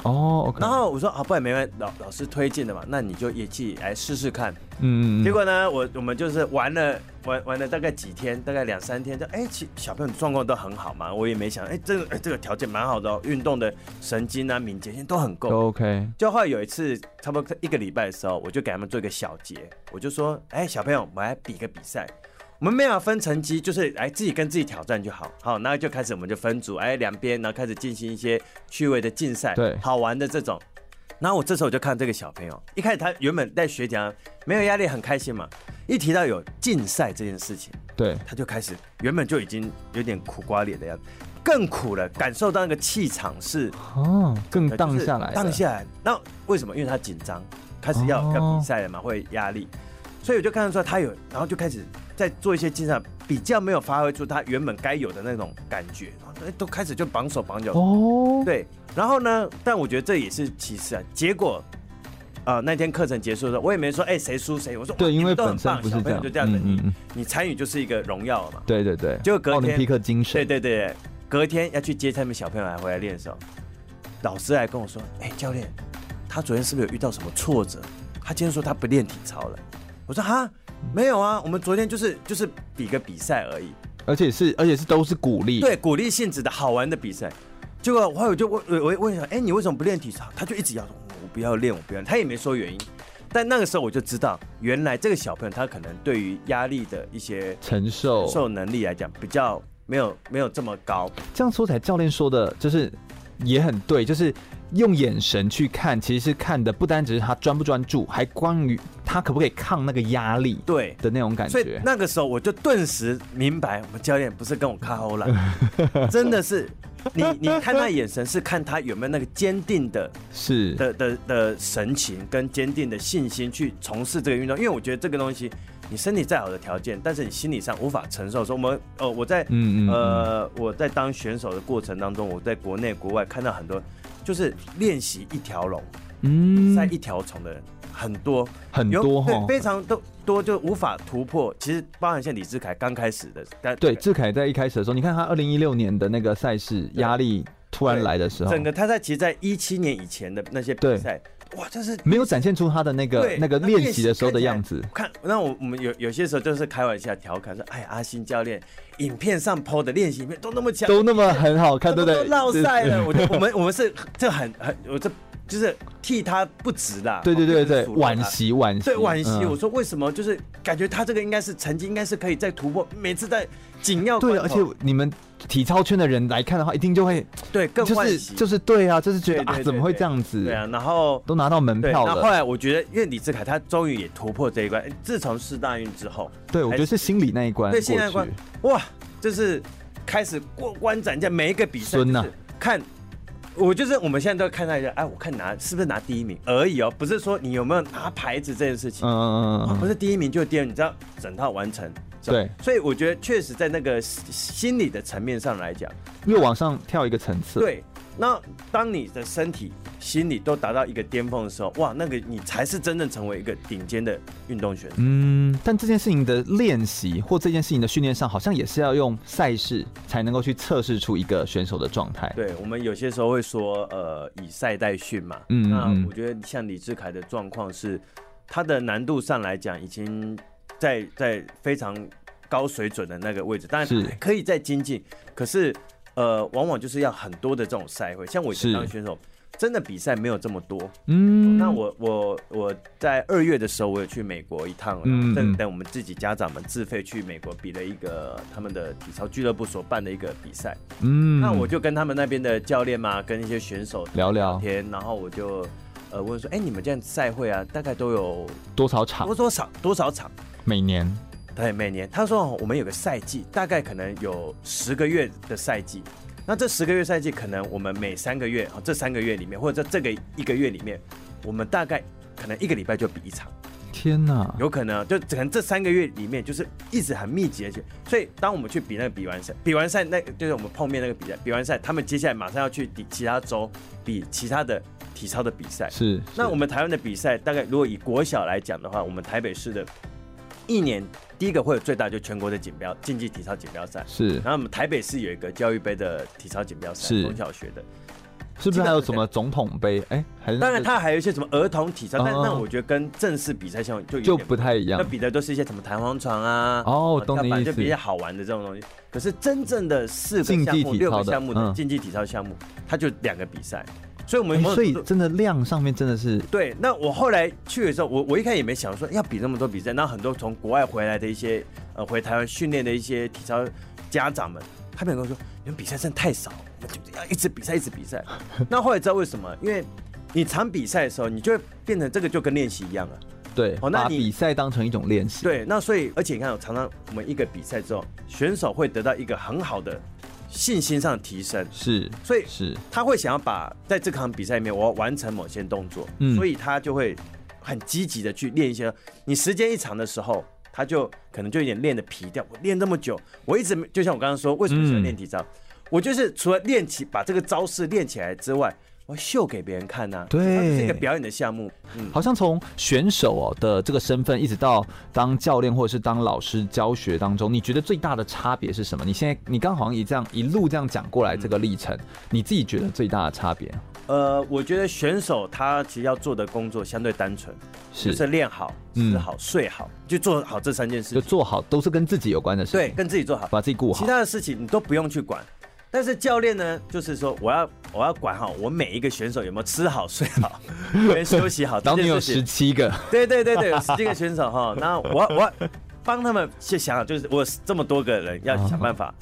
A: 哦，OK，
B: 然后我说啊，不然没关老老师推荐的嘛，那你就一起来试试看。
A: 嗯嗯嗯，
B: 结果呢，我我们就是玩了玩玩了大概几天，大概两三天，就哎，其小朋友状况都很好嘛，我也没想，哎，这个哎这个条件蛮好的、哦，运动的神经啊、敏捷性都很够。
A: 都 OK，
B: 就后来有一次，差不多一个礼拜的时候，我就给他们做一个小结，我就说，哎，小朋友，我们来比个比赛，我们没有分成绩，就是哎自己跟自己挑战就好。好，那就开始我们就分组，哎两边，然后开始进行一些趣味的竞赛，
A: 对
B: 好玩的这种。然后我这时候我就看这个小朋友，一开始他原本在学讲没有压力，很开心嘛，一提到有竞赛这件事情，
A: 对，
B: 他就开始原本就已经有点苦瓜脸的样子，更苦了，感受到那个气场是。
A: 哦，更
B: 对哎就
A: 荡
B: 是
A: 下来了，
B: 荡下来。那为什么？因为他紧张，开始要、
A: 哦
B: 要比赛了嘛，会有压力，所以我就看得出来他有，然后就开始在做一些竞赛，比较没有发挥出他原本该有的那种感觉，然后哎都开始就绑手绑脚。
A: 哦，
B: 对，然后呢？但我觉得这也是其次啊。结果，呃，那天课程结束的时候，我也没说哎谁输谁，我说哇
A: 对，
B: 你
A: 因为
B: 们都很
A: 本身
B: 棒，
A: 不
B: 小
A: 是这
B: 朋友
A: 样，
B: 就这样子，
A: 嗯嗯嗯，
B: 你你参与就是一个荣耀了嘛。
A: 对对对，
B: 结果隔
A: 奥林
B: 天
A: 匹克精
B: 对
A: 神，
B: 对对，隔天要去接他们小朋友来回来练手，老师来跟我说：“哎、教练，他昨天是不是有遇到什么挫折？他今天说他不练体操了。”我说：“哈，没有啊，我们昨天就是就是比个比赛而已，
A: 而且是而且是都是鼓励，
B: 对，鼓励性质的好玩的比赛。”结果后来我就问我我问他：“哎、你为什么不练体操？”他就一直要说：“我不要练，我不要练。”他也没说原因。但那个时候我就知道，原来这个小朋友他可能对于压力的一些
A: 承受，
B: 受能力来讲，比较没有没有这么高。
A: 这样说起来，教练说的就是也很对，就是用眼神去看，其实是看的不单只是他专不专注，还关于他可不可以抗那个压力
B: 对，
A: 的那种感
B: 所以
A: 觉。
B: 那个时候我就顿时明白，我们教练不是跟我卡 欧了，真的是你你看他眼神是看他有没有那个坚定的
A: 是
B: 的的的神情跟坚定的信心去从事这个运动，因为我觉得这个东西，你身体再好的条件，但是你心理上无法承受。说我们呃我在
A: 嗯嗯嗯
B: 呃我在当选手的过程当中，我在国内国外看到很多就是练习一条龙
A: 嗯
B: 赛一条虫的人很多。
A: 很
B: 有
A: 多
B: 对
A: 哈。
B: 非常多多就无法突破。其实包含像李志凯刚开始的，但
A: 对，志凯在一开始的时候，你看他二零一六年的那个赛事压力突然来的时候，
B: 整个他在其实，在一七年以前的那些比赛，哇，就是
A: 没有展现出他的那个
B: 对
A: 那个
B: 那
A: 练
B: 练
A: 习
B: 习
A: 的时候
B: 看
A: 的
B: 起来
A: 样子。
B: 看。那我我们有有些时候就是开玩笑调侃说，哎，阿星教练影片上 PO 的练习影片都那么强，
A: 都那么很好看，对
B: 都
A: 不
B: 都
A: 对？
B: 落
A: 对
B: 赛 了。我就我们我们是这很很我这就是替他不值啦。哦
A: 对对对对，
B: 就是数落他
A: 惋惜惋惜，
B: 啊对惋惜，
A: 嗯
B: 我说为什么？就是感觉他这个应该是成绩，应该是可以再突破，每次在紧要关
A: 对，啊
B: 头
A: 而且你们体操圈的人来看的话，一定就会
B: 对更
A: 就
B: 惋
A: 是
B: 惜，
A: 就是对啊，就是觉得
B: 对对
A: 啊，
B: 对
A: 怎么会这样子？
B: 对啊，，然后
A: 都拿到门
B: 对，
A: 票
B: 那后
A: 了。
B: 来我觉得，因为李志凯他终于也突破这一关，哎自从四大运之后，
A: 对，我觉得是心理那一关过
B: 对
A: 去
B: 现。在关哇，就是开始过关斩将，每一个比赛
A: 孙
B: 就
A: 呐
B: 是看。我就是我们现在都看到一个，哎，我看拿是不是拿第一名而已哦，不是说你有没有拿牌子这件事情，
A: 嗯嗯
B: 哇
A: 嗯
B: 哦不
A: 嗯，
B: 是第一名就是第二名，你知道整套完成。是吧
A: 对，
B: 所以我觉得确实在那个心理的层面上来讲，
A: 又往上跳一个层次。，
B: 对，那当你的身体、心理都达到一个巅峰的时候，哇，那个你才是真正成为一个顶尖的运动选手。
A: 嗯，但这件事情的练习或这件事情的训练上，好像也是要用赛事才能够去测试出一个选手的状态。
B: 对我们有些时候会说，呃，以赛代训嘛。
A: 嗯嗯嗯
B: 那我觉得像李志凯的状况是，他的难度上来讲，已经在在非常高水准的那个位置，当然
A: 是
B: 还可以再精进，可是呃，往往就是要很多的这种赛会。像我以前
A: 是
B: 当选手，真的比赛没有这么多，
A: 嗯，
B: 那我我我在二月的时候，我有去美国一趟，然
A: 嗯
B: 后
A: 嗯
B: 带带我们自己家长们自费去美国比了一个他们的体操俱乐部所办的一个比赛。
A: 嗯，
B: 那我就跟他们那边的教练嘛，跟一些选手
A: 聊聊
B: 天，然后我就呃问说，哎、你们这样赛会啊，大概都有
A: 多少场
B: 多多少多少场？
A: 每年
B: 对，每年他说哦我们有个赛季，大概可能有十个月的赛季。那这十个月赛季，可能我们每三个月啊，这三个月里面，或者这这个一个月里面，我们大概可能一个礼拜就比一场，
A: 天哪，
B: 有可能就可能这三个月里面就是一直很密集的去。所以当我们去比那个比完赛，比完赛那就是我们碰面那个比赛，比完赛他们接下来马上要去比其他州比其他的体操的比赛。
A: 是
B: 那
A: 是
B: 我们台湾的比赛，大概如果以国小来讲的话，我们台北市的一年第一个会有最大就全国的锦标竞技体操锦标赛，
A: 是
B: 然后我们台北市有一个教育杯的体操锦标赛，
A: 是
B: 中小学的。
A: 是不
B: 基
A: 是
B: 本
A: 还有什么总统杯？哎，还是
B: 当然，它还有一些什么儿童体操，但
A: 哦
B: 但我觉得跟正式比赛项目就有
A: 就
B: 点
A: 不太一样
B: 那。比的都是一些什么弹簧床啊，
A: 哦
B: 啊
A: 懂
B: 跳
A: 你
B: 板
A: 意
B: 就
A: 思
B: 比较好玩的这种东西。可是真正的四
A: 竞
B: 个
A: 技
B: 项目、
A: 体
B: 六
A: 操
B: 个
A: 的
B: 项目的
A: 嗯
B: 竞技体操项目，它就两个比赛，所以我们
A: 哎
B: 某种
A: 所以
B: 程度
A: 真的量上面真的是
B: 对，那我后来去的时候，我我一开始也没想说要比那么多比赛，那很多从国外回来的一些呃回台湾训练的一些体操家长们，他们也跟我说，你们比赛真的太少，我们就要一直比赛，一直比赛。那后来知道为什么，因为你常比赛的时候，你就会变成这个就跟练习一样了。
A: 对，
B: 哦那
A: 把
B: 你
A: 比赛当成一种练习。
B: 对，那所以而且你看，常常我们一个比赛之后，选手会得到一个很好的信心上的提升，
A: 是，
B: 所以
A: 是
B: 他会想要把在这场比赛里面，我要完成某些动作，
A: 嗯
B: 所以他就会很积极的去练一些。你时间一长的时候，他就可能就有点练的疲掉。我练那么久，我一直没就像我刚刚说，为什么喜欢练体操？
A: 嗯
B: 我就是除了练起把这个招式练起来之外，我秀给别人看呐、
A: 对
B: 它是一个表演的项目。嗯，
A: 好像从选手哦的这个身份，一直到当教练或者是当老师教学当中，你觉得最大的差别是什么？你现在你刚好像一这样一路这样讲过来这个历程，你自己觉得最大的差别
B: 呃，我觉得选手他其实要做的工作相对单纯，就是是练好、
A: 嗯
B: 吃好、睡好，就做好这三件事
A: 就
B: 情。
A: 做好都是跟自己有关的事
B: 对，
A: 情，
B: 跟自己做好。
A: 把自己顾好
B: 其。他的事情你都不用去管。但是教练呢，就是说我要我要管好我每一个选手有没有吃好睡 好，跟休息好。
A: 然后你有
B: 这件事
A: 十
B: 情
A: 七个，
B: 对对对对，有十几个选 手哈，那我我要帮他们去想，就是我这么多个人要想办
A: 啊
B: 法。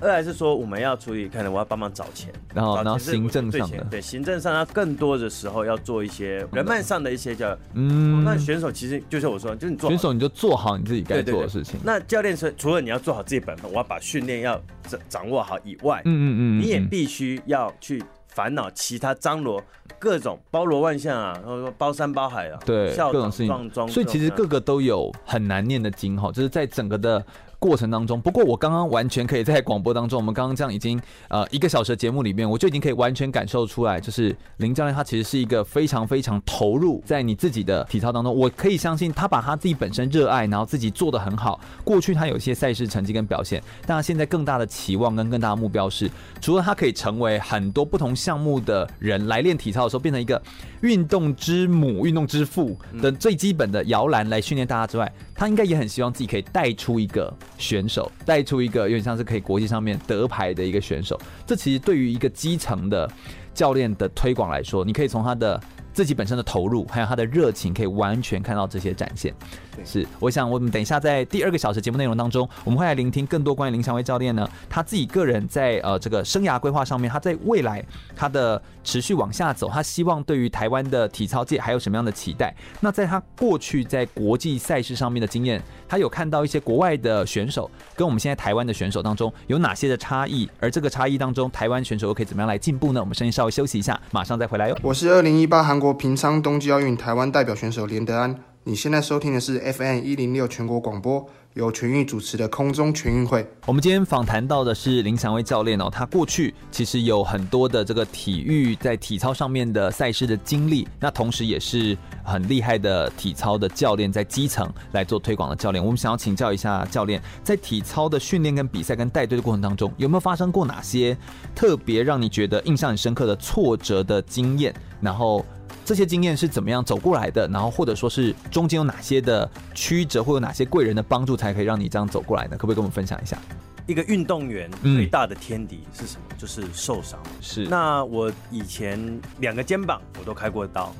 B: 二来是说我们要处理，可能我要帮忙找钱，
A: 然后
B: 找钱
A: 然后
B: 是
A: 行政
B: 我觉得
A: 上
B: 最
A: 的
B: 前对行政上要更多的时候要做一些人脉上的一些叫，哦
A: 嗯，
B: 那选手其实就是我说，就是你做好
A: 选手你就做好你自己该
B: 对对
A: 做的
B: 对
A: 事情。
B: 那教练说，除了你要做好自己本分，我要把训练要掌掌握好以外，
A: 嗯嗯嗯，
B: 你也
A: 嗯
B: 必须要去烦恼其他张罗各种包罗万象啊，然后说包山包海啊，
A: 对
B: 校
A: 各种
B: 长
A: 事
B: 撞
A: 情，
B: 钟
A: 所以其实
B: 这种啊
A: 各个都有很难念的经哈，就是在整个的。过程当中，不过我刚刚完全可以在广播当中，我们刚刚这样已经呃一个小时的节目里面，我就已经可以完全感受出来，就是林教练他其实是一个非常非常投入在你自己的体操当中。我可以相信他把他自己本身热爱，然后自己做得很好。过去他有一些赛事成绩跟表现，但他现在更大的期望跟更大的目标是，除了他可以成为很多不同项目的人来练体操的时候，变成一个运动之母、运动之父的最基本的摇篮来训练大家之外，他应该也很希望自己可以带出一个选手，带出一个有点像是可以国际上面得牌的一个选手。这其实对于一个基层的教练的推广来说，你可以从他的自己本身的投入，还有他的热情，可以完全看到这些展现。
B: 对
A: 是，我想我们等一下在第二个小时节目内容当中，我们会来聆听更多关于林祥威教练呢他自己个人在呃这个生涯规划上面，他在未来他的持续往下走，他希望对于台湾的体操界还有什么样的期待？那在他过去在国际赛事上面的经验，他有看到一些国外的选手跟我们现在台湾的选手当中有哪些的差异？而这个差异当中，台湾选手又可以怎么样来进步呢？我们声音稍微休息一下，马上再回来哟。
E: 我是二零一八韩国平昌冬季奥运台湾代表选手连德安。你现在收听的是 FN 一零六全国广播，由全运主持的空中全运会。
A: 我们今天访谈到的是林祥威教练哦，他过去其实有很多的这个体育在体操上面的赛事的经历，那同时也是很厉害的体操的教练，在基层来做推广的教练。我们想要请教一下教练，在体操的训练跟比赛跟带队的过程当中，有没有发生过哪些特别让你觉得印象很深刻的挫折的经验？然后这些经验是怎么样走过来的？然后或者说是中间有哪些的曲折，或有哪些贵人的帮助，才可以让你这样走过来呢？可不可以跟我们分享一下？
B: 一个运动员
A: 嗯
B: 最大的天敌是什么？就是受伤。
A: 是
B: 那我以前两个肩膀我都开过刀，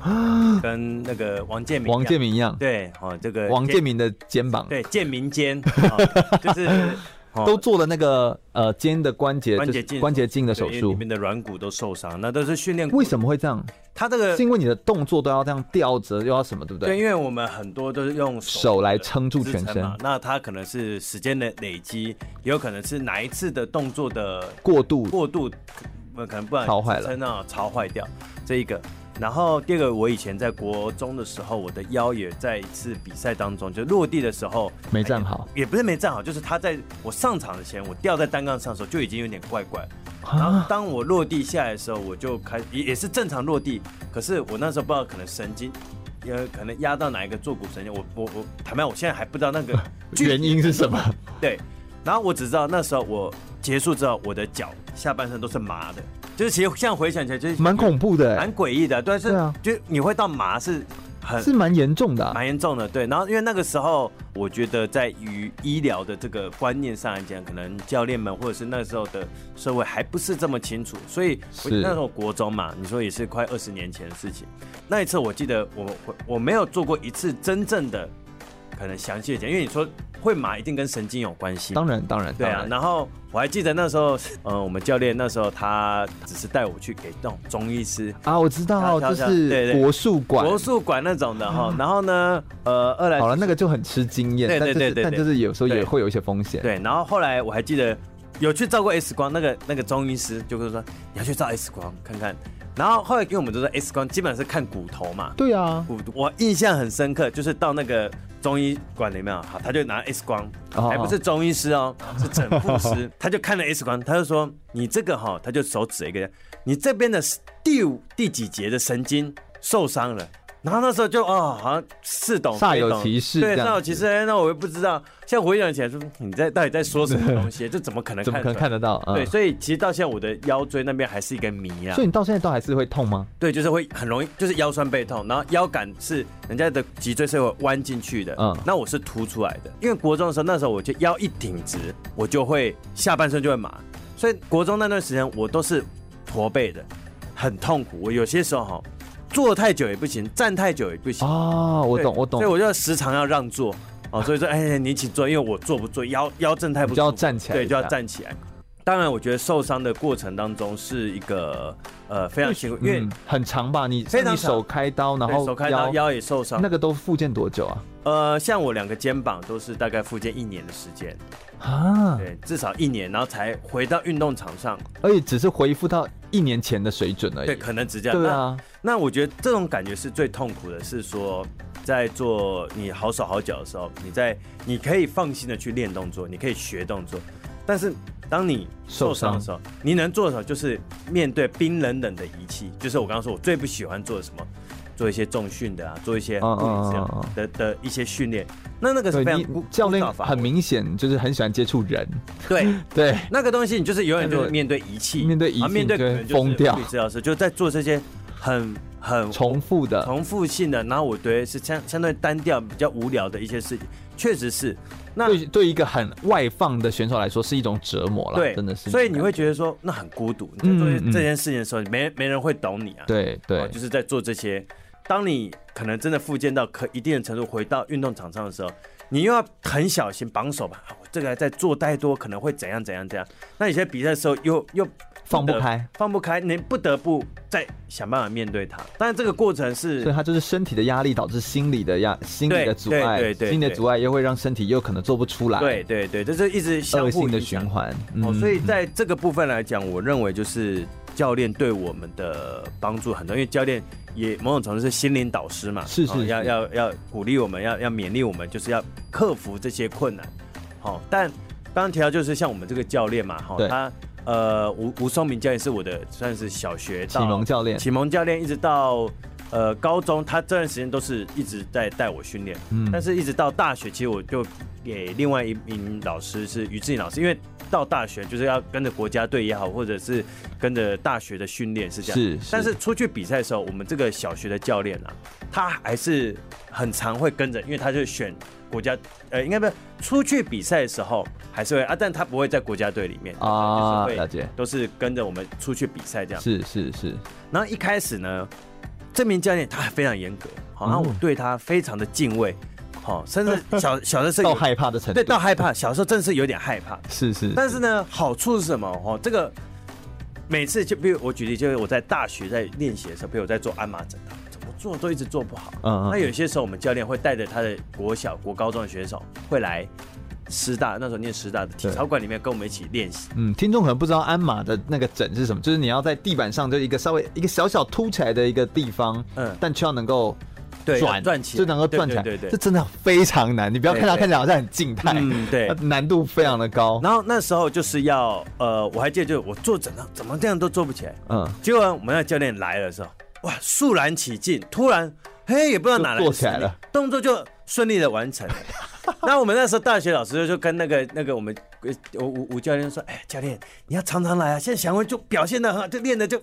B: 跟那个王建民一
A: 啊
B: 样。
A: 王建民一样，
B: 对，哦，这个
A: 王建民的肩膀
B: 对建民肩，哦 就是哦
A: 都做了那个呃肩的关节
B: 关节
A: 就是
B: 镜
A: 关节镜的
B: 对
A: 手
B: 因为里
A: 术，
B: 面的软骨都受伤，那都是训练。
A: 为什么会这样？
B: 他这个
A: 是因为你的动作都要这样吊着，又要什么，对不
B: 呃对，
A: 对？
B: 因为我们很多都是用
A: 手来撑住
B: 支
A: 全
B: 撑
A: 身
B: 嘛，那他可能是时间的累积，也有可能是哪一次的动作的
A: 过度
B: 过度，呃，可能不然
A: 超坏了
B: 撑到超坏掉这一个。然后第二个，我以前在国中的时候，我的腰也在一次比赛当中，就落地的时候
A: 没站好，
B: 也不是没站好，就是他在我上场的前，我吊在单杠上的时候就已经有点怪怪。然后
A: 啊，
B: 当我落地下来的时候，我就开也也是正常落地，可是我那时候不知道可能神经，也可能压到哪一个坐骨神经，我我我坦白我现在还不知道那个 具体
A: 原因是什么？
B: 对，然后我只知道那时候我结束之后，我的脚下半身都是麻的，就是其实现在回想起来，就是
A: 蛮恐怖的、欸
B: 蛮，诡异的，但是
A: 对啊
B: 就你会到麻是很
A: 哎是蛮严重的啊、
B: 蛮严重的，对。然后因为那个时候，我觉得在于医疗的这个观念上来讲，可能教练们或者是那时候的社会还不是这么清楚，所以我
A: 是
B: 那时候国中嘛，你说也是快二十年前的事情。那一次我记得我我我没有做过一次真正的可能详细的讲，因为你说会麻一定跟神经有关系嘛，
A: 当然，当然，
B: 对
A: 当
B: 啊
A: 然，
B: 然后我还记得那时候，呃，我们教练那时候他只是带我去给那种中医师
A: 啊，我知道，
B: 跳
A: 就
B: 跳跳对
A: 是
B: 对
A: 国术馆。
B: 国术馆那种的 哈。然后呢，呃，二来
A: 好了，那个就很吃经验，
B: 对
A: 但
B: 对
A: 就是
B: 对对
A: 但
B: 对
A: 就是有时候也
B: 对
A: 会有一些风险。
B: 对，然后后来我还记得有去照过 X 光，那个那个中医师就跟我说你要去照 X 光看看。然后后来给我们都说 X 光基本上是看骨头嘛，
A: 对啊，
B: 骨我印象很深刻，就是到那个中医馆里面啊，好，他就拿 X 光，
A: 哦
B: 还不是中医 师哦，是整复师，他就看了 X 光，他就说你这个哈、他就手指一个，你这边的第五第几节的神经受伤了。然后那时候就哦，好像似懂
A: 煞
B: 非
A: 有
B: 懂
A: 其事
B: 对，
A: 这样
B: 煞有其
A: 子
B: 事。哎，那我又不知道。现在回想起来说，你在到底在说什么东 西？这怎么可能
A: 怎么可
B: 看得
A: 能看
B: 出
A: 得到啊？
B: 来？对，所以其实到现在我的腰椎那边还是一个谜啊。
A: 所以你到现在都还是会痛吗？
B: 对，就是会很容易，就是腰酸背痛，然后腰杆是人家的脊椎是会弯进去的，
A: 嗯
B: 嗯，那我是凸出来的。因为国中的时候，那时候我就腰一挺直，我就会下半身就会麻，所以国中那段时间我都是驼背的，很痛苦。我有些时候哈，坐太久也不行，站太久也不行，
A: 哦，我
B: 对
A: 懂，我懂
B: 所以，我就时常要让座哦。所以说，哎，你请坐，因为我坐不坐，腰腰正太不
A: 你
B: 舒
A: 就要
B: 服
A: 站起来，
B: 对，就要。站起来。当然，我觉得受伤的过程当中是一个呃非常辛苦，因为
A: 嗯，很长吧？你
B: 非常
A: 你手开刀，然
B: 对
A: 后
B: 手开刀腰也受伤
A: 那。个都复健多久啊？
B: 呃，像我两个肩膀都是大概复健一年的时间，
A: 啊，
B: 对，至少一年，然后才回到运动场上。
A: 而且只是恢复到一年前的水准而已。
B: 对，可能只这样。
A: 哎对啊，
B: 那。那我觉得这种感觉是最痛苦的，是说在做你好手好脚的时候，你在你可以放心的去练动作，你可以学动作，但是当你受伤的时候，你能做的时候就是面对冰冷冷的仪器，就是我刚刚说我最不喜欢做的什么。做一些重训的啊，做一些
A: 嗯嗯嗯
B: 这
A: 嗯
B: 样的的一些训练，那那个
A: 对
B: 是非常
A: 你
B: 枯
A: 教
B: 枯
A: 练
B: 燥乏
A: 很
B: 味
A: 明显就是很喜欢接触人，
B: 对，
A: 对，
B: 那个东西你就是永远就
A: 那
B: 是
A: 个
B: 面对仪器，
A: 面对仪器
B: 啊面对
A: 你就会
B: 可能就是
A: 疯掉
B: 物理治疗师就在做这些很很
A: 重复的，
B: 重复性的，然后我觉得是相相对单调、比较无聊的一些事情，确实是。那
A: 对对一个很外放的选手来说是一种折磨了，
B: 对，
A: 真的是。
B: 所以你会觉得说那很孤独，你在做
A: 嗯嗯
B: 这件事情的时候，没没人会懂你啊。
A: 对
B: 哦
A: 对
B: 就，是在做这些。当你可能真的复健到可一定的程度，回到运动场上的时候，你又要很小心绑手吧。啊我这个再做太多可能会怎样怎样怎样。那你现在比赛的时候又又
A: 放不
B: 得
A: 开，
B: 放不开，你不得不再想办法面对它。但是这个过程
A: 所
B: 是
A: 以它就是身体的压力导致心理的压，心理
B: 对
A: 的阻
B: 对
A: 碍，
B: 对对
A: 心理的
B: 对
A: 阻碍又会让身体又可能做不出来，
B: 对，对对，这是一直相
A: 恶
B: 互
A: 性的
B: 影响
A: 循。环。
B: 哦，所以
A: 嗯
B: 在这个部分来讲，我认为就是教练对我们的帮助很多，因为教练也某种程度是心灵导师嘛，哦
A: 是是是
B: 要要要鼓励我们，要要勉励我们，就是要克服这些困难。好、但刚刚提到就是像我们这个教练嘛，哈、
A: 对
B: 他呃吴吴松明教练是我的算是小学
A: 启
B: 到
A: 蒙教练，
B: 启蒙教练一直到呃高中，他这段时间都是一直在带我训练，
A: 嗯
B: 但是一直到大学，其实我就给另外一名老师是于志颖老师，因为到大学就是要跟着国家队也好，或者是跟着大学的训练是这样。
A: 是，
B: 但是出去比赛的时候，我们这个小学的教练啊，他还是很常会跟着，因为他就选国家，呃，应该不是出去比赛的时候还是会啊，但他不会在国家队里面
A: 啊，
B: 就是
A: 了
B: 会
A: 解，
B: 都是跟着我们出去比赛这样。
A: 是是是，
B: 然后一开始呢，这名教练他非常严格，好，
A: 嗯
B: 然后我对他非常的敬畏，好，甚至 小小的时候
A: 到
B: 有
A: 害怕的程度，
B: 对到害怕，小时候真的是有点害怕。
A: 是是，
B: 但是呢，好处是什么？哦，这个每次就比如我举例，就是我在大学在练习的时候，比如我在做鞍马整套，怎么做都一直做不好。
A: 嗯
B: 那
A: 嗯，
B: 有些时候，我们教练会带着他的国小、国高中的选手会来师大，那时候念师大的体操馆里面跟我们一起练习。
A: 嗯，听众可能不知道鞍马的那个枕是什么，就是你要在地板上就一个稍微一个小小凸起来的一个地方，
B: 嗯，
A: 但却要能够
B: 对，
A: 转
B: 转起来，
A: 就能够转起来，
B: 对对对
A: 这
B: 对。
A: 真的非常难。你不要看它
B: 对对
A: 看起来好像很静态，
B: 嗯，对
A: 它， 难度非常的高。
B: 然后那时候就是要，呃，我还记得，就是我坐整张，怎么这样都坐不起来。
A: 嗯，
B: 结果我们那教练来的时候，哇，肃然起敬，突然，嘿，也不知道哪来的
A: 就坐起来了
B: 实力，动作就顺利的完成了。那我们那时候大学老师就跟那个那个我们呃吴吴吴教练说，哎，教练你要常常来啊，现在翔威就表现的很好，就练的就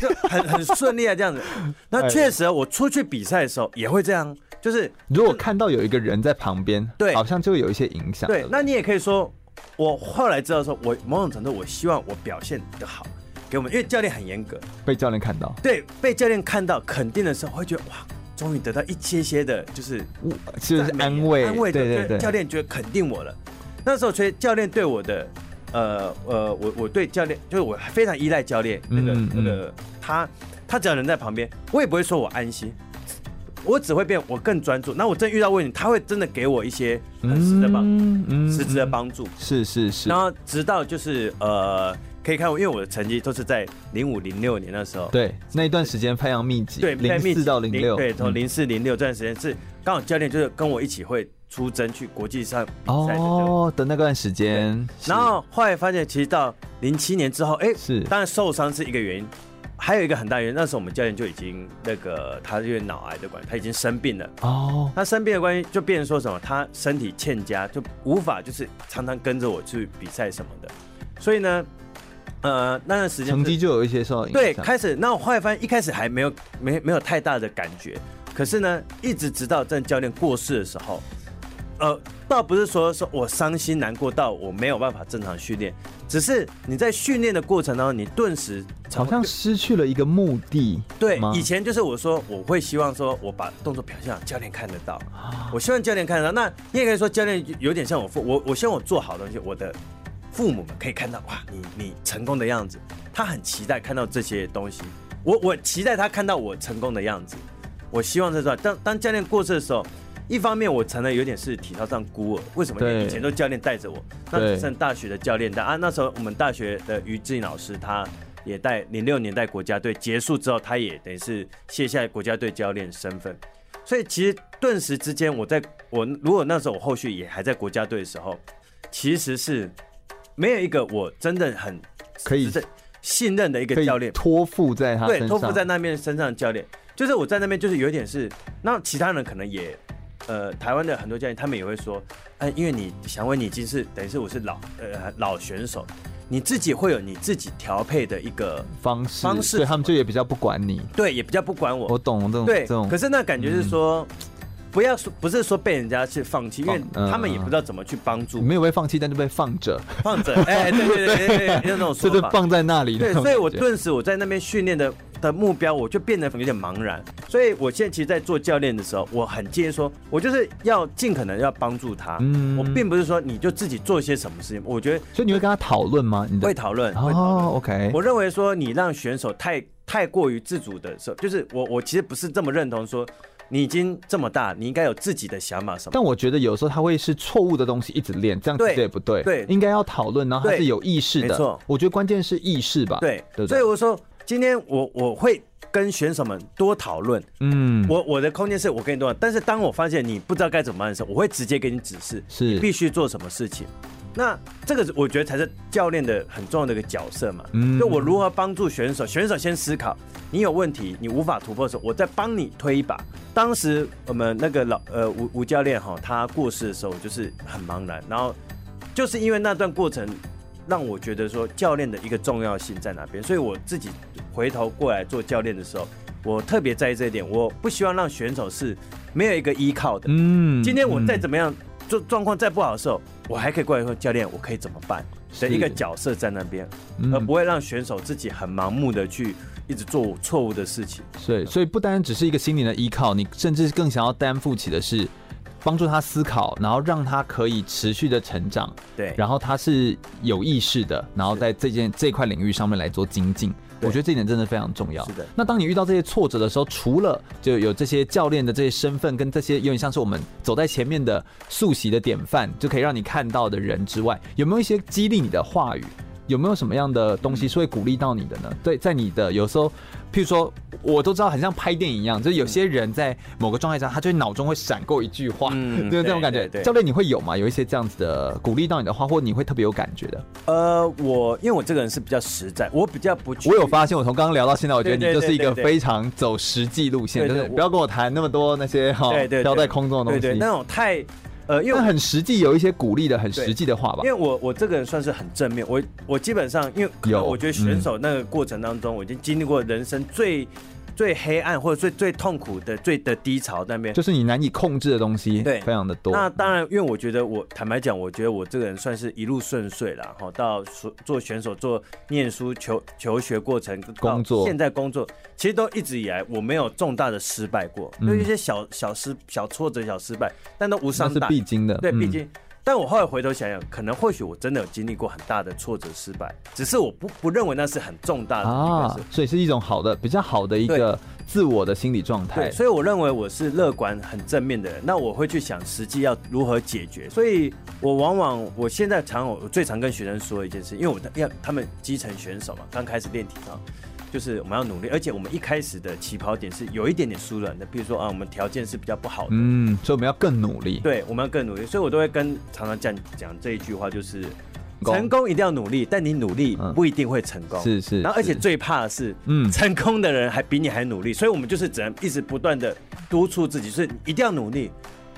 B: 就很很顺利啊这样子。那确实啊，我出去比赛的时候也会这样，就是
A: 如果看到有一个人在旁边，
B: 对
A: 好像就会有一些影响。
B: 对，那你也可以说，我后来知道说，我某种程度我希望我表现的好。给我们，因为教练很严格，
A: 被教练看到，
B: 对被教练看到肯定的时候，会觉得哇，终于得到一些些的，就是
A: 就是
B: 赞美
A: 安慰，
B: 安慰的，
A: 对对对，
B: 教练觉得肯定我了。那时候，所以教练对我的，呃呃，我我对教练就是我非常依赖教练，那个、
A: 嗯
B: 那个他他只要人在旁边，我也不会说我安心，我只会变我更专注。那我真遇到问题，他会真的给我一些很实质的帮、
A: 嗯嗯
B: 实质的，帮助。
A: 是是是
B: 然，后直到就是呃，可以看我，因为我的成绩都是在零五零六年那时候，
A: 对，那一段时间非常密集，
B: 对，在
A: 零
B: 密集
A: 四到零六，
B: 对，从
A: 嗯
B: 零四零六这段时间是刚好教练就是跟我一起会出征去国际上比赛的这种。
A: 哦的那段时间，是
B: 然后后来发现，其实到零七年之后，哎，
A: 是
B: 当然受伤是一个原因，还有一个很大原因，那时候我们教练就已经那个他因为脑癌的关系，他已经生病了。
A: 哦，
B: 他生病的关系就变成说什么，他身体欠佳，就无法就是常常跟着我去比赛什么的。所以呢，呃，那段时间是
A: 成绩就有一些受到影响，
B: 对，开始，那我后来发现一开始还没有没没有太大的感觉，可是呢，一直直到郑教练过世的时候，呃，倒不是说说我伤心难过到我没有办法正常训练，只是你在训练的过程当中，你顿时
A: 好像失去了一个目的
B: 对
A: 吗，
B: 以前就是我说我会希望说我把动作表现好，教练看得到，我希望教练看得到。那你也可以说教练有点像我父，我我希望我做好东西，我的父母们可以看到哇，你你成功的样子，他很期待看到这些东西，我我期待他看到我成功的样子，我希望这是吧当当教练过世的时候。一方面，我成了有点是体操上孤儿，为什么？因为
A: 对
B: 以前都教练带着我，那
A: 对
B: 只剩大学的教练带啊。那时候我们大学的于志颖老师，他也带零六年代国家队结束之后，他也等于是卸下国家队教练身份。所以其实顿时之间，我在我如果那时候我后续也还在国家队的时候，其实是没有一个我真的很
A: 可以
B: 值得信任的一
A: 可
B: 个
A: 以
B: 教练，
A: 托付在他身
B: 对，
A: 上，
B: 托付在那边身上的教练，就是我在那边就是有一点是，那其他人可能也，呃，台湾的很多教练他们也会说，哎、因为你想问你已经是等于是我是老呃老选手，你自己会有你自己调配的一个，
A: 方式，
B: 方式
A: 所以他们就也比较不管你。
B: 对，也比较不管我，
A: 我懂这种
B: 对
A: 这，种嗯
B: 可，是那感觉是说。不要说，不是说被人家去放弃，因为
A: 放嗯
B: 他们也不知道怎么去帮助
A: 没有被放弃，但就被放着，
B: 放着。哎，对对对 对对，那种
A: 就
B: 说
A: 是
B: 法。
A: 放在那里。
B: 对，
A: 那种
B: 所以我
A: 感觉
B: 顿时我在那边训练的的目标，我就变得有点茫然。所以我现在其实，在做教练的时候，我很建议说，我就是要尽可能要帮助他。
A: 嗯
B: 我并不是说你就自己做些什么事情，我觉得
A: 所以你会跟他讨论吗？你的
B: 会讨论，会讨论。
A: 哦，OK，
B: 我认为说，你让选手太太过于自主的时候，就是我我其实不是这么认同说，你已经这么大，你应该有自己的想法什么。
A: 但我觉得有时候他会是错误的东西一直练，这样其
B: 对
A: 实也不对。
B: 对
A: 应该要讨论，然后他
B: 对
A: 是有意识的。
B: 没错
A: 我觉得关键是意识吧。
B: 对，
A: 对不
B: 所以
A: 对？
B: 我说，今天我我会跟选手们多讨论，
A: 嗯，
B: 我我的空间是我跟你多少，但是当我发现你不知道该怎么办的时候，我会直接给你指示，
A: 是
B: 必须做什么事情。那这个是我觉得才是教练的很重要的一个角色嘛。
A: 嗯
B: 就我如何帮助选手，选手先思考，你有问题，你无法突破的时候，我再帮你推一把。当时我们那个老呃吴吴教练哈，他过世的时候，我就是很茫然，然后就是因为那段过程，让我觉得说教练的一个重要性在哪边，所以我自己回头过来做教练的时候，我特别在意这一点，我不希望让选手是没有一个依靠的。
A: 嗯
B: 今天我再怎么样，就状况再不好的时候，我还可以过来说教练，我可以怎么办的一个角色在那边，
A: 嗯
B: 而不会让选手自己很盲目的去一直做错误的事情。
A: 嗯所以所以不单单只是一个心灵的依靠，你甚至更想要担负起的是帮助他思考，然后让他可以持续的成长。
B: 对，
A: 然后他是有意识的，然后
B: 是
A: 在这件这块领域上面来做精进。我
B: 对
A: 觉得这一点真的非常重要。
B: 是的
A: 那当你遇到这些挫折的时候，除了就有这些教练的这些身份跟这些有点像是我们走在前面的素习的典范，就可以让你看到的人之外，有没有一些激励你的话语？有没有什么样的东
B: 嗯
A: 西是会鼓励到你的呢？对，在你的有时候，譬如说，我都知道很像拍电影一样，就是有些人在某个状态下，他就会脑中会闪过一句话，
B: 嗯
A: 就是这种感觉。
B: 对对对
A: 教练，你会有吗？有一些这样子的鼓励到你的话，或你会特别有感觉的？
B: 呃，我因为我这个人是比较实在，我比较不去。
A: 我有发现，我从刚刚聊到现在，我觉得
B: 对
A: 你
B: 对
A: 就是一个
B: 对对对
A: 非常走实际路线，
B: 对
A: 就
B: 对
A: 是
B: 我
A: 不要跟我谈那么多那些哈
B: 对对对
A: 飘在空中的东
B: 对对，
A: 西。
B: 那种太呃，因为
A: 但
B: 我
A: 很实际，有一些鼓励的很实际的话吧
B: 因。为我我这个人算是很正面，我我基本上因为可能
A: 有嗯
B: 我觉得选手那个过程当中，我已经经历过人生最最黑暗或者最最痛苦的最的低潮那边。
A: 就是你难以控制的东西，
B: 对
A: 非常的多。
B: 那当然，因为我觉得我坦白讲，我觉得我这个人算是一路顺遂了哈，到所做选手、做念书、求求学过程、到
A: 工作
B: 现在工作，其实都一直以来我没有重大的失败过，
A: 嗯
B: 有一些小小失、小挫折、小失败，但都无
A: 那
B: 伤
A: 是
B: 大
A: 必经的，
B: 对，
A: 嗯
B: 毕竟。但我后来回头想想，可能或许我真的有经历过很大的挫折、失败，只是我不不认为那是很重大的一
A: 啊
B: 个事。，
A: 所以是一种好的、比较好的一个自我的心理状态
B: 对，。所以我认为我是乐观、很正面的人。那我会去想实际要如何解决。所以我往往我现在常我最常跟学生说一件事，因为我的要他们基层选手嘛，刚开始练体操，就是我们要努力，而且我们一开始的起跑点是有一点点疏软的，比如说啊，我们条件是比较不好的，
A: 嗯，所以我们要更努力。
B: 对，我们要更努力，所以我都会跟常常讲讲这一句话，就是
A: 功
B: 成功一定要努力，但你努力
A: 嗯
B: 不一定会成功。
A: 是是
B: 然后而且
A: 是
B: 最怕的是，
A: 嗯
B: 嗯，成功的人还比你还努力，所以我们就是只能一直不断的督促自己，所以一定要努力。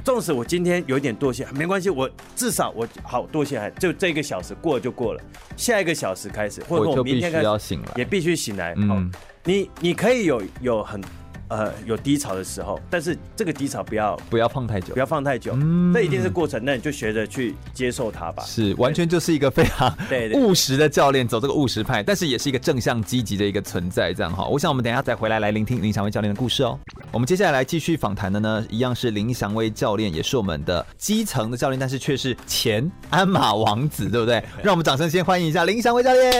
B: 纵使我今天有一点惰性，没关系，我至少我好惰性还就这一个小时过了就过了，下一个小时开始，或者
A: 我
B: 说我
A: 就必
B: 明天
A: 须
B: 开始
A: 要醒来。
B: 也必须醒来。
A: 嗯
B: 嗯，你你可以有有很呃有低潮的时候，但是这个低潮不要
A: 不要放太久
B: 不，要放太久，
A: 嗯
B: 这一定是过程，那你就学着去接受它吧。
A: 是完全就是一个非常
B: 对对
A: 务实的教练，走这个务实派，但是也是一个正向积极的一个存在，这样哈。我想我们等一下再回来来聆听林祥威教练的故事哦。我们接下来继续访谈的呢，一样是林祥威教练，也是我们的基层的教练，但是却是前鞍马王子，对不对？让我们掌声先欢迎一下林祥威教练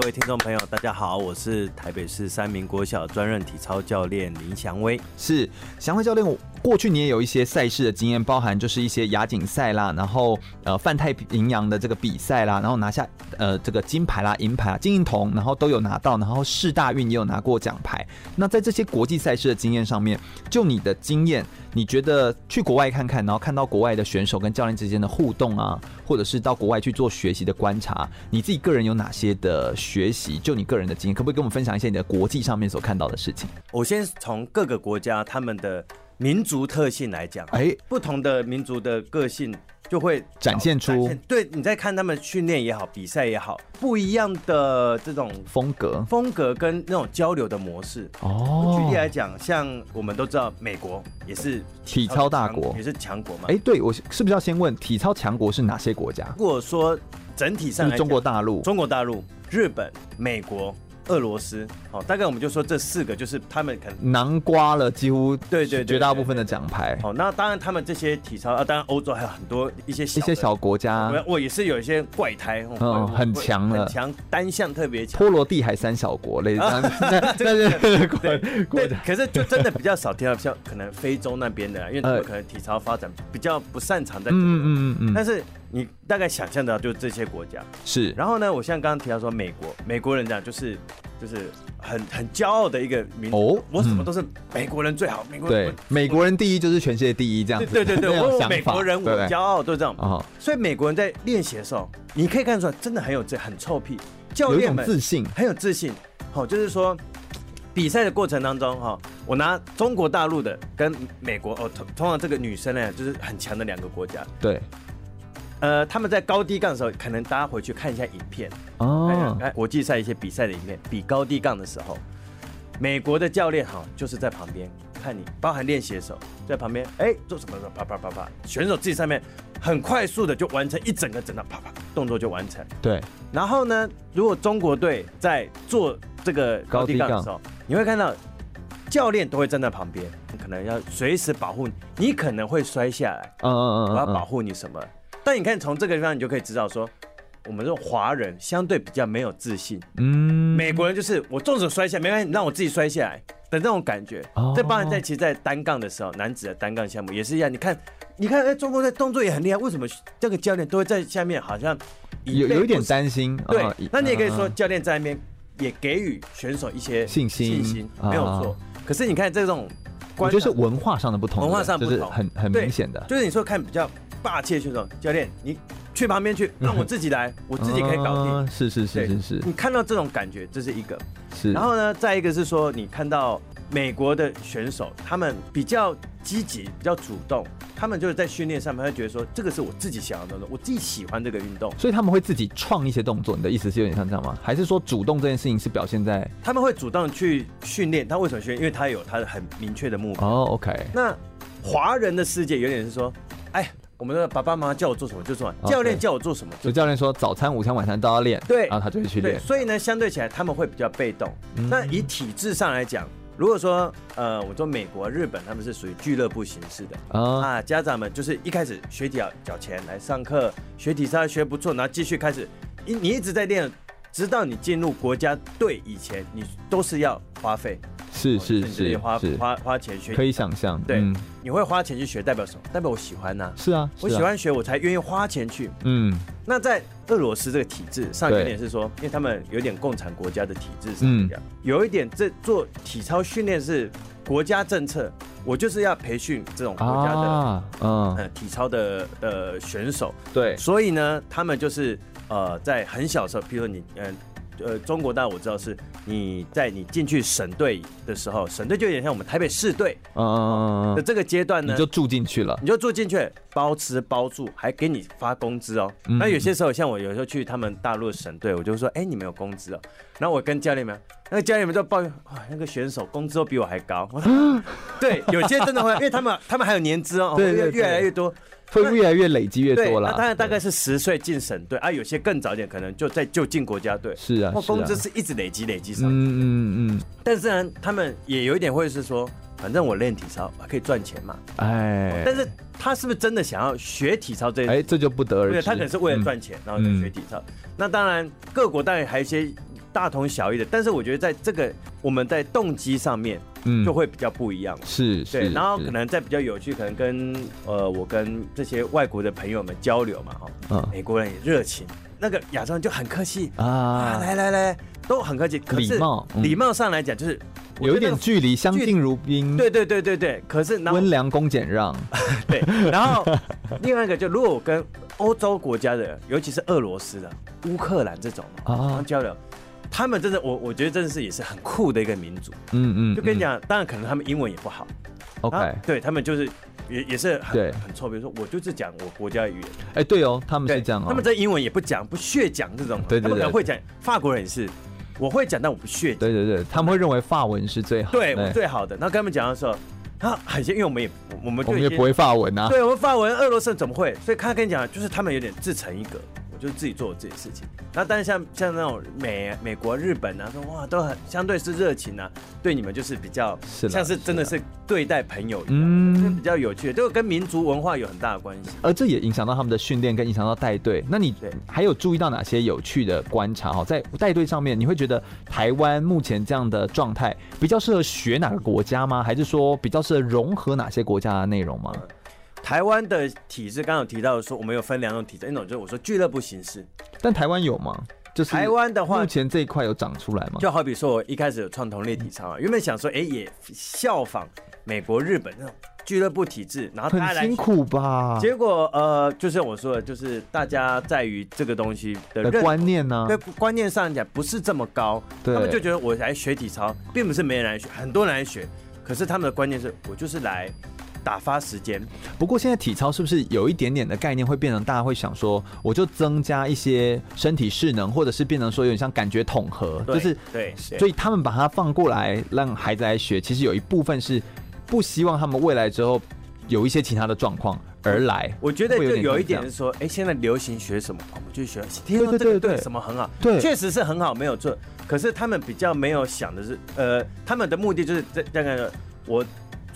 B: 各。位听众朋友，大家好，我是台北市三民国小专任体操教练林祥威。
A: 是祥辉教练，我过去你也有一些赛事的经验，包含就是一些亚锦赛啦，然后呃泛太平洋的这个比赛啦，然后拿下呃这个金牌啦、银牌啦、金银铜，然后都有拿到，然后世大运也有拿过奖牌。那在这些国际赛事的经验上面，就你的经验，你觉得去国外看看，然后看到国外的选手跟教练之间的互动啊，或者是到国外去做学习的观察，你自己个人有哪些的学习？就你个人的经验，可不可以跟我们分享一些你的国际上面所看到的事情？
B: 我先从各个国家他们的民族特性来讲，啊
A: 哎、
B: 不同的民族的个性就会呃
A: 展现出
B: 对，你在看他们训练也好，比赛也好，不一样的这种
A: 风格
B: 风格跟那种交流的模式。
A: 哦
B: 举例来讲，像我们都知道，美国也是
A: 体操大
B: 强
A: 国
B: 也。是强国嘛。
A: 哎、对我是是不是要先问体操强国是哪些国家？
B: 如果说整体
A: 是
B: 上
A: 不
B: 来
A: 是
B: 讲
A: 中国大陆？
B: 中国大陆、日本、美国、俄罗斯，好、大概我们就说这四个，就是他们可能。
A: 囊括了几乎
B: 对对对哦
A: 绝大部分的奖牌，
B: 好、那当然他们这些体操啊，当然欧洲还有很多一些小
A: 一
B: 的
A: 些小国家，
B: 我我也是有一些怪胎，哦
A: 嗯
B: 会
A: 很
B: 会
A: 强了
B: 很强，单项特别强。
A: 波罗的海三小国类似，那 那那国国
B: 啊对
A: 家，
B: 可是就真的比较少听到像可能非洲那边的啊，因为他
A: 呃
B: 们可能体操发展比较不擅长在这个。
A: 嗯嗯嗯嗯，
B: 但是你大概想象得到，就是这些国家。
A: 是
B: 然后呢，我像刚刚提到说，美国美国人讲就是就是很很骄傲的一个民族，
A: 哦嗯
B: 我什么都是美国人最好，美国人
A: 对美国人第一就是全世界第一这样
B: 对
A: 子，
B: 对 对对，
A: 那种
B: 我
A: 想
B: 美
A: 法，
B: 国人我
A: 对不对
B: 骄傲，都这样。
A: 哦，
B: 所以美国人在练习的时候，你可以看出来，真的很有这很臭屁，教
A: 有一
B: 练
A: 种
B: 们
A: 自信，
B: 很有自信。好、就是说比赛的过程当中，哈、我拿中国大陆的跟美国哦，通通常这个女生呢，就是很强的两个国家。
A: 对
B: 呃，他们在高低杠的时候，可能大家回去看一下影片，
A: 哦
B: 看，看国际赛一些比赛的影片，比高低杠的时候，美国的教练哈就是在旁边看你，包含练习的时候，在旁边哎做什么的，啪啪啪啪，选手自己上面很快速的就完成一整个整的啪啪动作就完成。
A: 对
B: 然后呢，如果中国队在做这个高低杠的时候，你会看到教练都会站在旁边，可能要随时保护你，你可能会摔下来。
A: 嗯嗯
B: 我要
A: 嗯
B: 保
A: 嗯，
B: 护你什么。但你看从这个地方，你就可以知道说，我们这种华人相对比较没有自信，
A: 嗯
B: 美国人就是我纵使摔下，没关系，你让我自己摔下来的那种感觉
A: 哦。
B: 这帮人在其实，在单杠的时候，男子的单杠项目也是一样。你看，你看，哎，中国的动作也很厉害，为什么这个教练都会在下面好像以
A: 有
B: 备
A: 有一点
B: 不时
A: 担心，
B: 对
A: 嗯，
B: 那你也可以
A: 嗯
B: 说
A: 嗯嗯
B: 教练在那边也给予选手一些
A: 信心
B: 信心
A: 啊
B: 没有错。可是你看这种
A: 我
B: 观
A: 觉
B: 察，
A: 得是文化上的不同，
B: 文化上
A: 对
B: 不
A: 不对
B: 同
A: 就是很很明显的，
B: 就是你说看比较霸气的选手，教练你去旁边去，让我自己来，我自己可以搞定。
A: 嗯，是是是
B: 对
A: 是是
B: 你看到这种感觉，这是一个。
A: 是，
B: 然后呢，再一个是说，你看到美国的选手，他们比较积极，比较主动，他们就是在训练上面，他会觉得说这个是我自己想要的，我自己喜欢这个运动，
A: 所以他们会自己创一些动作。你的意思是有点像这样吗？还是说主动这件事情是表现在
B: 他们会主动去训练。他为什么训练？因为他有他的很明确的目标。
A: 哦，OK，
B: 那华人的世界有点是说，哎，我们的爸爸妈妈叫我做什么就做什么，
A: 哦
B: 教练
A: 对
B: 叫我做什么就
A: 就教练说早餐、午餐、晚餐都要练，啊
B: 对
A: 然后他就会去
B: 对，
A: 练。
B: 所以呢，相对起来他们会比较被动。
A: 嗯
B: 那以体制上来讲，如果说呃，我说美国、日本他们是属于俱乐部形式的。
A: 啊，
B: 啊，家长们就是一开始学体要缴钱来上课，学体操学不错，然后继续开始，你你一直在练，直到你进入国家队以前，你都是要花费，
A: 是
B: 哦
A: 是
B: 你自己
A: 是
B: 花
A: 是，
B: 花花钱学，
A: 可以想象。
B: 对
A: 嗯
B: 你会花钱去学，代表什么？代表我喜欢呐、
A: 是啊，
B: 我
A: 是啊
B: 喜。欢学，我才愿意花钱去。
A: 嗯
B: 那在俄罗斯这个体制上，
A: 对
B: 有点是说，因为他们有点共产国家的体制上
A: 嗯
B: 这样，有一点这做体操训练是国家政策，我就是要培训这种国家的、
A: 啊，嗯，
B: 呃体操的呃选手，
A: 对，
B: 所以呢，他们就是呃在很小的时候，譬如你嗯。呃，中国大我知道是你在你进去省队的时候，省队就有点像我们台北市队
A: 嗯嗯嗯
B: 的
A: 嗯，
B: 这个阶段
A: 你
B: 呢，
A: 就住进去了。
B: 你就住进去，包吃包住，还给你发工资哦。
A: 嗯
B: 那有些时候，像我有时候去他们大陆的省队，我就说，哎、你们有工资哦。然后我跟教练们，那个教练们就抱怨，哇，那个选手工资都比我还 高。我说对，有些真的会，因为他们他们还有年资 哦，
A: 对对对
B: 越越来越多。
A: 会越来越累积越
B: 对，
A: 多
B: 那
A: 啦。
B: 当然大概是十岁进省队啊，有些更早一点，可能就在就进国家队。
A: 是啊，
B: 哇，
A: 是啊
B: 工资是一直累积累积上去。
A: 嗯嗯嗯，
B: 但是呢，他们也有一点会是说，反正我练体操还可以赚钱嘛。
A: 哎，
B: 但是他是不是真的想要学体操这件事
A: 哎，这就不得而
B: 对，
A: 知。
B: 他可能是为了
A: 嗯
B: 赚钱，然后再学体操。那当然，各国当然还有一些大同小异的，但是我觉得在这个我们在动机上面
A: 嗯
B: 就会比较不一样。
A: 是
B: 对
A: 是，，
B: 然后
A: 是
B: 可能在比较有趣，可能跟呃我跟这些外国的朋友们交流嘛，哈、哦
A: 嗯
B: 美国人也热情，那个亚洲人就很客气啊，
A: 啊，
B: 来来来，都很客气，可是
A: 礼貌嗯
B: 礼貌上来讲就是我
A: 有一
B: 觉得
A: 点距离，相
B: 距离
A: 敬如宾，
B: 对对对对对，可是然后
A: 温良恭俭 让。
B: 对，然后另外一个就如果我跟欧洲国家的，尤其是俄罗斯的、乌克兰这种
A: 啊
B: 啊交流，他们真的我我觉得真的是也是很酷的一个民族。
A: 嗯嗯，
B: 就跟你
A: 嗯
B: 讲，当然可能他们英文也不好
A: ，OK，
B: 啊对他们就是也也是
A: 对
B: 很很臭，比如说我就是讲我国家的语言，
A: 哎，对哦，他们是这样哦，
B: 他们这英文也不讲，不屑讲这种，
A: 对对
B: 他们可能
A: 对
B: 会讲法国人也是，我会讲，但我不屑讲，
A: 对对对，他们会认为法文是最好的，哎
B: 对我最好的。然后跟他们讲的时候，他很些，因为我们也我我们
A: 我
B: 就
A: 们
B: 已
A: 也
B: 经
A: 不会法文啊，
B: 对我们法文、俄罗斯人怎么会？所以他跟你讲，就是他们有点自成一格，我就自己做我自己的事情。那但是像像那种美美国、日本啊，说哇都很相对是热情啊，对你们就是比较
A: 是啦
B: 像是真的是对待朋友一样，
A: 嗯
B: 就是比较有趣的，就跟民族文化有很大的关系。
A: 而这也影响到他们的训练，跟影响到带队。那你
B: 对
A: 还有注意到哪些有趣的观察？哈，在带队上面，你会觉得台湾目前这样的状态比较适合学哪个国家吗？还是说比较适合融合哪些国家的内容吗？
B: 呃台湾的体制刚刚有提到说，我们有分两种体制，一种就是我说俱乐部形式，
A: 但台湾有吗？就是
B: 台湾的话
A: 目前这一块有长出来吗？
B: 就好比说，我一开始有创同类体操啊，原本想说，哎、也效仿美国、日本那种俱乐部体制，然后大家
A: 很
B: 来
A: 辛苦吧？
B: 结果呃，就是我说的，就是大家在于这个东西的
A: 的
B: 认
A: 观念呢、
B: 对观念上讲不是这么高，
A: 对
B: 他们就觉得我来学体操，并不是没人来学，很多人来学，可是他们的观念是我就是来打发时间，
A: 不过现在体操是不是有一点点的概念会变成大家会想说，我就增加一些身体势能，或者是变成说有点像感觉统合，
B: 对
A: 就是
B: 对对
A: 所以他们把它放过来让孩子来学，其实有一部分是不希望他们未来之后有一些其他的状况而来。
B: 我觉得
A: 会
B: 就
A: 有点
B: 有一
A: 这
B: 点
A: 样
B: 是说，哎、现在流行学什么，我们就学。
A: 对
B: 听说
A: 对
B: 这
A: 对
B: 个
A: 对
B: 对什么很好，
A: 对
B: 确实是很好，没有错。可是他们比较没有想的是，呃，他们的目的就是这这个我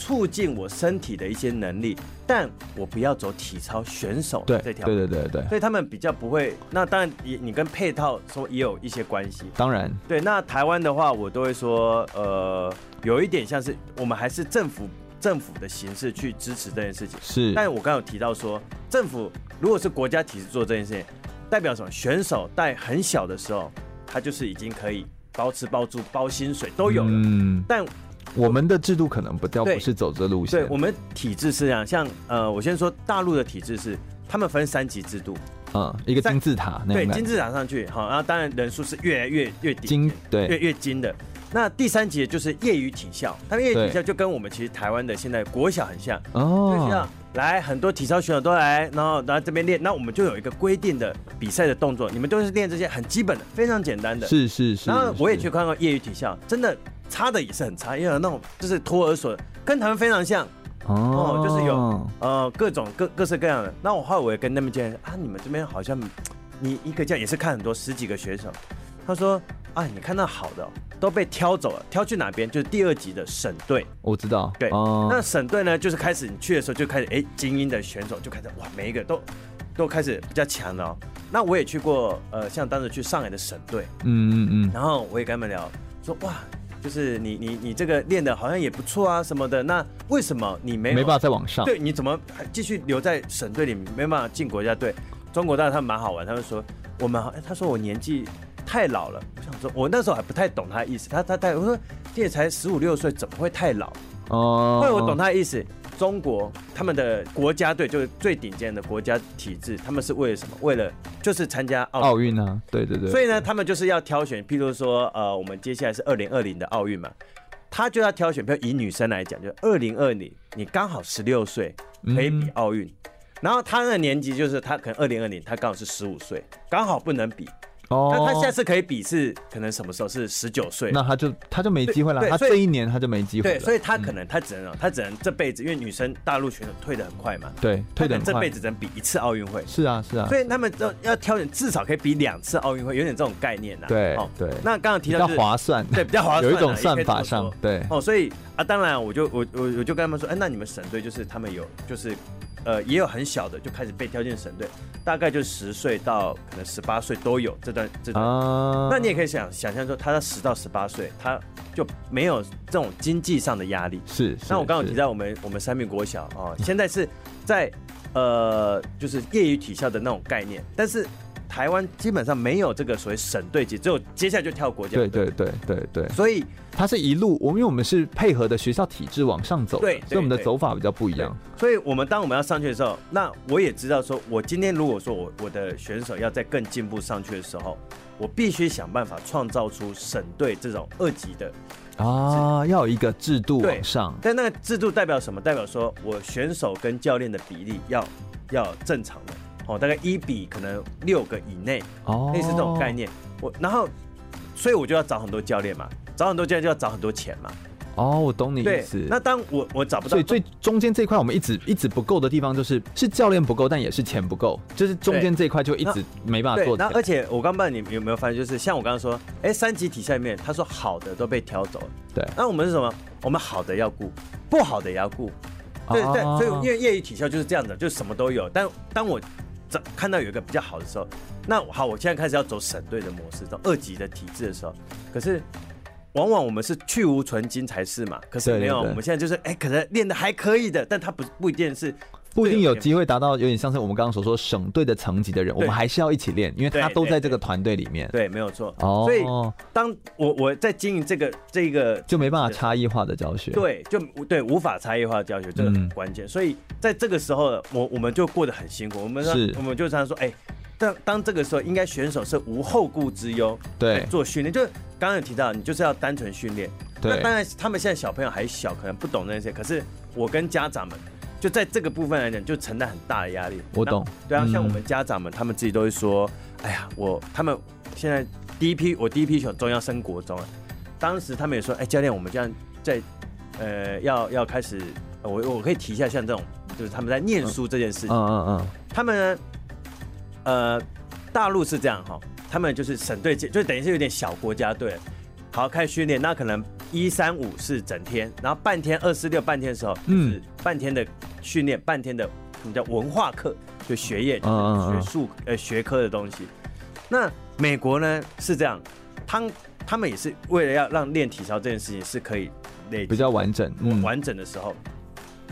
B: 促进我身体的一些能力，但我不要走体操选手
A: 对
B: 这
A: 对
B: 条。
A: 对对对，
B: 所以他们比较不会，那当然也你跟配套说也有一些关系，
A: 当然
B: 对，那台湾的话，我都会说，呃，有一点像是我们还是政府政府的形式去支持这件事情。
A: 是
B: 但我刚刚有提到说，政府如果是国家体制做这件事情，代表什么？选手在很小的时候，他就是已经可以包吃包住、包薪水都有了。
A: 嗯，
B: 但
A: 我们的制度可能不掉
B: 对
A: 不是走这路线。
B: 对我们体制是这样，像呃，我先说大陆的体制是，他们分三级制度，
A: 嗯，一个
B: 在
A: 金字塔那
B: 对
A: 样的
B: 啊金字塔上去，好，然后当然人数是越来越越底
A: 金
B: 层越
A: 对
B: 越精的。那第三节就是业余体校，他们业余
A: 对
B: 体校就跟我们其实台湾的现在国小很像，就是这
A: 哦
B: 样，来很多体操选手都来，然后然后这边练，那我们就有一个规定的比赛的动作，你们都是练这些很基本的，非常简单的。
A: 是是是。
B: 然后我也
A: 是
B: 去看过业余体校，真的差的也是很差，也有那种就是托儿所，跟他们非常像，
A: 哦
B: 哦就是有呃，各种各各式各样的。那我后来我也跟他们讲啊，你们这边好像你一个这样也是看很多十几个选手，他说啊，你看到好的哦、都被挑走了，挑去哪边？就是第二级的省队。
A: 我知道，
B: 对，
A: 哦
B: 那省队呢，就是开始你去的时候就开始，哎，精英的选手就开始哇，每一个都都开始比较强了、哦。那我也去过，呃，像当时去上海的省队，
A: 嗯嗯嗯，
B: 然后我也跟他们聊，说哇，就是你你你这个练的好像也不错啊什么的，那为什么你没有
A: 没办法再往上，
B: 对，你怎么还继续留在省队里，没办法进国家队？中国队他们蛮好玩，他们说我们好，哎他说我年纪太老了。我想说，我那时候还不太懂他的意思，他他太我说这也才十五六岁，怎么会太老？
A: 哦
B: 后来我懂他的意思。中国他们的国家队就是最顶尖的国家体制，他们是为了什么？为了就是参加奥运
A: 奥运啊，对对对，
B: 所
A: 以
B: 以呢，他们就是要挑选，譬如说，呃，我们接下来是二零二零的奥运嘛，他就要挑选，譬如以女生来讲，就二零二零，你刚好十六岁可以比奥运，然后他的年纪就是他可能二零二零，他刚好是十五岁，刚好不能比。
A: 哦
B: 那他下次可以比是可能什么时候？是十九岁。
A: 那他就他就没机会了，
B: 对
A: 他
B: 所以
A: 这一年他就没机会
B: 对，
A: 了，
B: 所以他可
A: 嗯
B: 能他只能他只能这辈子，因为女生大陆选手退得很快嘛，
A: 对退得
B: 他可能
A: 很
B: 这
A: 快
B: 辈，子只能比一次奥运会。
A: 是啊是啊，
B: 所以他们要要挑选至少可以比两次奥运会，有点这种概念呐、啊哦
A: 对对
B: 那刚刚
A: 比
B: 提到
A: 较
B: 就是
A: 划算，
B: 对，比较划算啊，
A: 有一种
B: 也可以
A: 算
B: 这
A: 法
B: 么
A: 上
B: 说，
A: 对，
B: 哦，所以啊，当然我就我我我就跟他们说，哎，那你们省队就是他们有就是呃也有很小的就开始被挑进省队，大概就十岁到可能十八岁都有这段这段。
A: 啊，
B: 那你也可以想想象说，他到十到十八岁，他就没有这种经济上的压力。
A: 是，是
B: 那我刚刚有提，
A: 是
B: 到我们我们三民国小啊、哦，现在是在呃就是业余体校的那种概念，但是台湾基本上没有这个所谓省队级，只有接下来就跳国家
A: 对
B: 队。
A: 对对对对，
B: 所以
A: 他是一路，我们因为我们是配合的学校体制往上走的，
B: 对
A: 所
B: 对
A: 以我们的
B: 对
A: 走法比较不一样，
B: 所以我们当我们要上去的时候，那我也知道说，我今天如果说我我的选手要再更进步上去的时候，我必须想办法创造出省队这种二级的。
A: 啊，要有一个制度
B: 对
A: 往上，
B: 但那个制度代表什么？代表说我选手跟教练的比例要要正常的哦，大概一比可能六个以内，
A: 哦，
B: 类似这种概，念。我然后，所以我就要找很多教练嘛，找很多教练就要找很多钱嘛。
A: 哦，我懂你意
B: 对
A: 思，，
B: 那当我我找不到
A: 所以，最中间这一块我们一直一直不够的地方，就是是教练不够，但也是钱不够，就是中间这一块就一直没办法
B: 对
A: 做，起
B: 然后
A: 来。
B: 而且我刚问你有没有发现，就是像我刚刚说，哎，三级体下面他说好的都被挑走了，
A: 对，
B: 那我们是什么？我们好的要顾，不好的也要顾。对对，
A: 哦
B: 所以因为业余体校就是这样的，就什么都有。但当我找看到有一个比较好的时候，那好，我现在开始要走省队的模式，走二级的体制的时候，可是。往往我们是去无存精才是嘛，可是
A: 对对
B: 没有，
A: 对
B: 我们现在就是哎，可能练的还可以的，但他不不一定是
A: 不一定有机会达到，有点像是我们刚刚所说省队的层级的人，我们还是要一起练，因为他
B: 对
A: 都在
B: 对
A: 这个团队里面。
B: 对，没有错。
A: 哦，
B: 所以当我我在经营这个这个
A: 就没办法差异化的教学。，
B: 对，就无对无法差异化的教学，这个
A: 嗯
B: 很关键。所以在这个时候，我我们就过得很辛苦。我们说
A: 是
B: 我们就常说，哎、当当这个时候，应该选手是无后顾之忧，
A: 对
B: 来做训练。就刚刚有提到，你就是要单纯训练。
A: 对
B: 那当然，他们现在小朋友还小，可能不懂那些。可是我跟家长们。就在这个部分来讲，就承担很大的压力。
A: 我懂
B: 那对啊，
A: 嗯
B: 像我们家长们，他们自己都会说：“哎呀，我他们现在第一批，我第一批选中要升国中了。”啊当时他们也说：“哎，教练，我们这样在呃，要要开始，呃我我可以提一下，像这种就是他们在念书这件事情，
A: 嗯嗯嗯，
B: 他们呢，呃，大陆是这样哈，他们就是省队接，就等于是有点小国家队，好开始训练，那可能一三五是整天，然后半天二四六半天的时候，
A: 嗯
B: 嗯，半天的训练，半天的我们叫文化课，就学业，就
A: 嗯嗯嗯
B: 是学术呃学科的东西。那美国呢是这样，他们他们也是为了要让练体操这件事情是可以累积
A: 比较完整。嗯，
B: 完整的时候，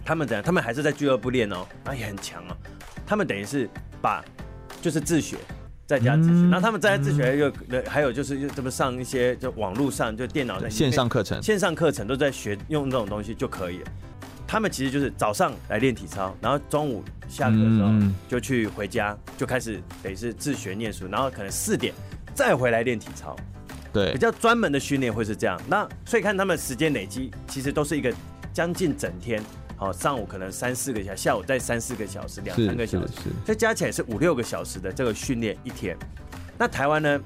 B: 他们怎样？他们还是在俱乐部练哦，那也很强哦。他们等于是把就是自学，在家自学，
A: 嗯
B: 然后他们在家自学又、还有就是又这么上一些就网络上就电脑上
A: 线上课程。
B: 线上课程都在学用这种东西就可以了。他们其实就是早上来练体操，然后中午下课的时候
A: 嗯
B: 就去回家，就开始等于是自学念书，然后可能四点再回来练体操。
A: 对
B: 比较专门的训练会是这样。那所以看他们时间累积，其实都是一个将近整天。好，上午可能三四个小时，下午再三四个小时，两
A: 是
B: 三个小时
A: 是，是，
B: 这加起来是五六个小时的这个训练一天。那台湾呢，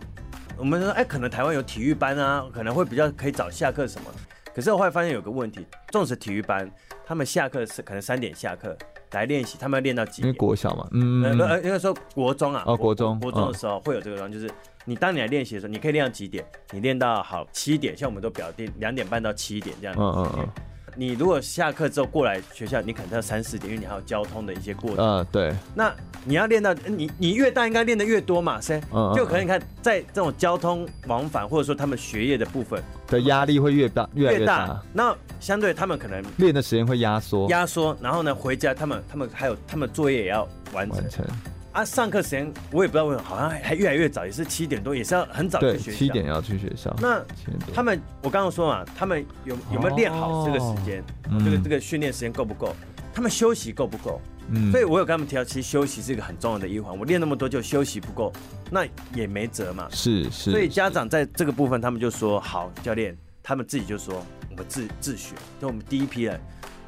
B: 我们说哎，可能台湾有体育班啊，可能会比较可以早下课什么。可是我后来发现有个问题，纵使体育班，他们下课是可能三点下课来练习，他们要练到几
A: 因为
B: 点？
A: 国小嘛，
B: 呃，
A: 嗯，
B: 呃应该说国中啊，
A: 哦国中
B: 国中的时候会有这个东西，就是你当你来练习的时候，你可以练到几点？你练到好七点，像我们都表定两点半到七点这样
A: 嗯。嗯
B: 你如果下课之后过来学校，你可能要三四点，因为你还有交通的一些过
A: 嗯，
B: 程。
A: 呃，对，
B: 那你要练到你你越大应该练得越多嘛，噻。
A: 嗯，
B: 就可能你看，在这种交通往返或者说他们学业的部分
A: 的压力会越大，越来
B: 越
A: 越
B: 大
A: 大，，
B: 那相对他们可能
A: 练的时间会压缩，
B: 压缩，然后呢回家他们他们还有他们作业也要完成
A: 完成，
B: 啊。上课时间我也不知道为什么，好像还还越来越早，也是七点多，也是要很早
A: 对，
B: 去学校。
A: 七点要去学校，
B: 那
A: 七点多
B: 他们，我刚刚说嘛，他们有有没有练好这个时间？这个
A: 嗯
B: 这个训练时间够不够？他们休息够不够？
A: 嗯
B: 所以我有跟他们提到，其实休息是一个很重要的一环。我练那么多就休息不够，那也没辙嘛。
A: 是是，
B: 所以家长在这个部分，他们就说：“好，教练，他们自己就说我们自自学。”就我们第一批人，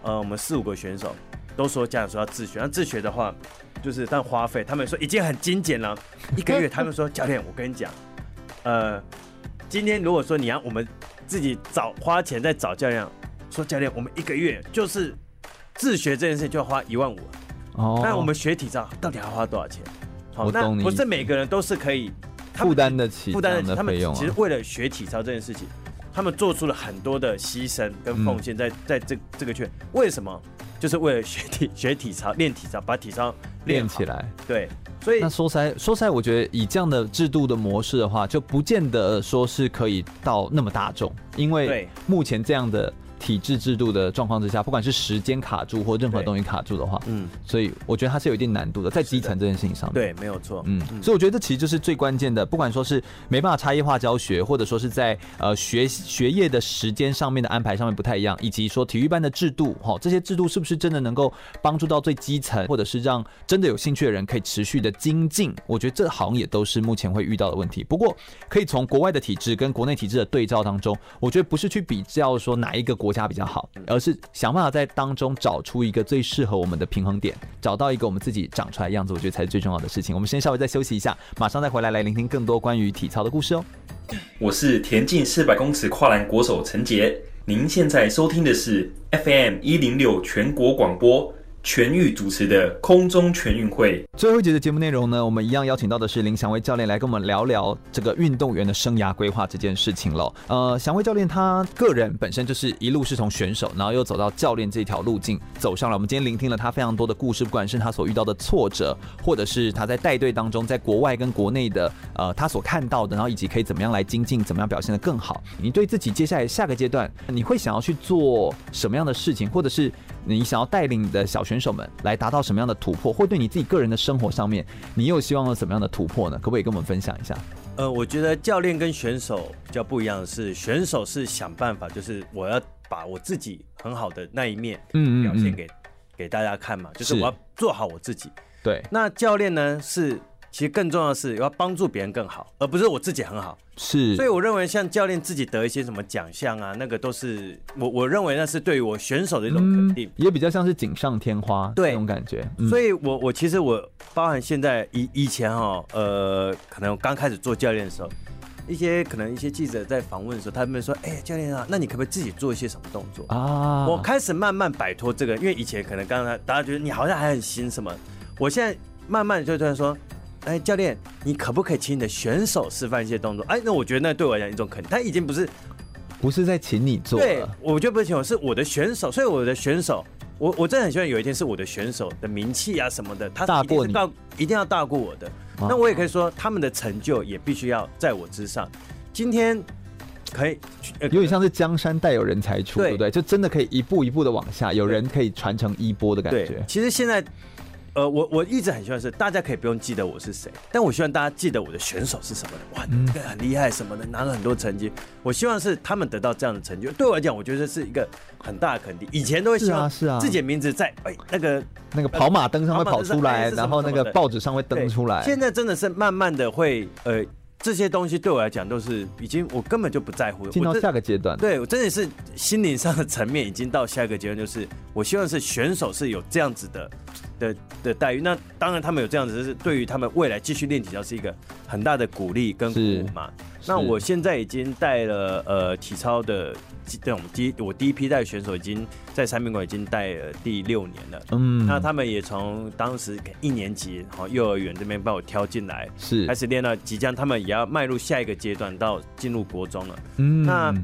B: 呃，我们四五个选手都说家长说要自学。那自学的话，就是但花费，他们说已经很精简了，一个月。他们说教练，我跟你讲，呃，今天如果说你要我们自己找花钱再找教练，呃说教练，我们一个月就是自学这件事就要花一万五，
A: 哦，
B: 那我们学体操到底要花多少钱？好，
A: 我
B: 那
A: 懂你
B: 不是每个人都是可以他们
A: 负担得起
B: 负担得
A: 这
B: 起
A: 样
B: 他
A: 的
B: 们
A: 费用
B: 其实
A: 啊，
B: 为了学体操这件事情，他们做出了很多的牺牲
A: 嗯
B: 跟奉献在，在这这个圈。为什么？就是为了学体 学体操、练体操，把体操
A: 练
B: 好
A: 起。来。
B: 对，所以
A: 那说实在，说实在，我觉得以这样的制度的模式的话，就不见得说是可以到那么大众，因为
B: 对
A: 目前这样的体制制度的状况之下，不管是时间卡住或任何
B: 对
A: 东西卡住的话，
B: 嗯，
A: 所以我觉得它是有一定难度的，在基层这件事情上面。
B: 对，没有错。
A: 嗯，所以我觉得这其实就是最关键的，不管说是没办法差异化教学，或者说是在呃学学业的时间上面的安排上面不太一样，以及说体育班的制度，哈、这些制度是不是真的能够帮助到最基层，或者是让真的有兴趣的人可以持续的精进？我觉得这好像也都是目前会遇到的问题。不过可以从国外的体制跟国内体制的对照当中，我觉得不是去比较说哪一个国家比较好，而是想办法在当中找出一个最适合我们的平衡点，找到一个我们自己长出来的样子，我觉得才是最重要的事情。我们先稍微再休息一下，马上再回来来聆听更多关于体操的故事哦。
F: 我是田径四百公尺跨栏国手陈杰。您现在收听的是 FM 一零六全国广播全域主持的空中全运会。
A: 最后一节的节目内容呢，我们一样邀请到的是林祥威教练来跟我们聊聊这个运动员的生涯规划这件事情了。呃，祥威教练他个人本身就是一路是从选手，然后又走到教练这条路径走上来。我们今天聆听了他非常多的故事，不管是他所遇到的挫折，或者是他在带队当中，在国外跟国内的呃他所看到的，然后以及可以怎么样来精进，怎么样表现得更好。你对自己接下来下个阶段，你会想要去做什么样的事情，或者是你想要带领你的小选手们来达到什么样的突破，或对你自己个人的生活上面，你又希望有怎么样的突破呢？可不可以跟我们分享一下？
B: 呃，我觉得教练跟选手比较不一样的是，选手是想办法，就是我要把我自己很好的那一面
A: 嗯嗯
B: 表现
A: 嗯
B: 给、给大家看嘛，就是
A: 是
B: 我要做好我自己。
A: 对，
B: 那教练呢是。其实更重要的是，我要帮助别人更好，而不是我自己很好。
A: 是，
B: 所以我认为，像教练自己得一些什么奖项啊，那个都是我我认为那是对于我选手的一种肯定。
A: 嗯也比较像是锦上添花
B: 对
A: 这种感觉。嗯
B: 所以我我其实我包含现在以以前哈、呃，可能我刚开始做教练的时候，一些可能一些记者在访问的时候，他们说，哎、教练啊，那你可不可以自己做一些什么动作？
A: 啊，
B: 我开始慢慢摆脱这个，因为以前可能刚才大家觉得你好像还很新什么，我现在慢慢就突然说，哎，教练，你可不可以请你的选手示范一些动作？哎，那我觉得那对我来讲一种肯定，他已经不是
A: 不是在请你做
B: 对
A: 了，，
B: 我觉得不是请我，是我的选手，所以我的选手，我我真的很希望有一天是我的选手的名气啊什么的，他
A: 大
B: 一定
A: 过
B: 是
A: 你
B: 到一定要大过我的。
A: 啊
B: 那我也可以说，他们的成就也必须要在我之上。今天可以，呃
A: 有点像是江山代有人才出，
B: 对
A: 对不对？就真的可以一步一步的往下，有人可以传承衣钵的感
B: 对
A: 觉，。
B: 其实现在。呃，我我一直很希望是大家可以不用记得我是谁，但我希望大家记得我的选手是什么人，哇，
A: 嗯
B: 你这个很厉害什么的，拿了很多成绩。我希望是他们得到这样的成就，对我来讲，我觉得是一个很大的肯定。以前都会希望
A: 是啊是啊
B: 自己的名字在哎、那个
A: 那个跑马灯上会
B: 跑马
A: 跑
B: 灯上
A: 出
B: 哎
A: 来，
B: 是什么
A: 然后那
B: 什么
A: 个
B: 的
A: 报纸上会登
B: 对
A: 出来。
B: 现在真的是慢慢的会呃，这些东西对我来讲都是已经我根本就不在乎。
A: 进到
B: 我这
A: 下个阶段，
B: 对我真的是心灵上的层面已经到下一个阶段，就是我希望是选手是有这样子的的的待遇。那当然他们有这样子，是对于他们未来继续练体操是一个很大的鼓励跟鼓舞嘛。那
A: 是
B: 我现在已经带了呃体操的这种第一我第一批带的选手已经在三宾馆已经带了第六年了。
A: 嗯，
B: 那他们也从当时一年级，好幼儿园这边把我挑进来，
A: 是
B: 开始练到即将他们也要迈入下一个阶段，到进入国中了。
A: 嗯
B: 那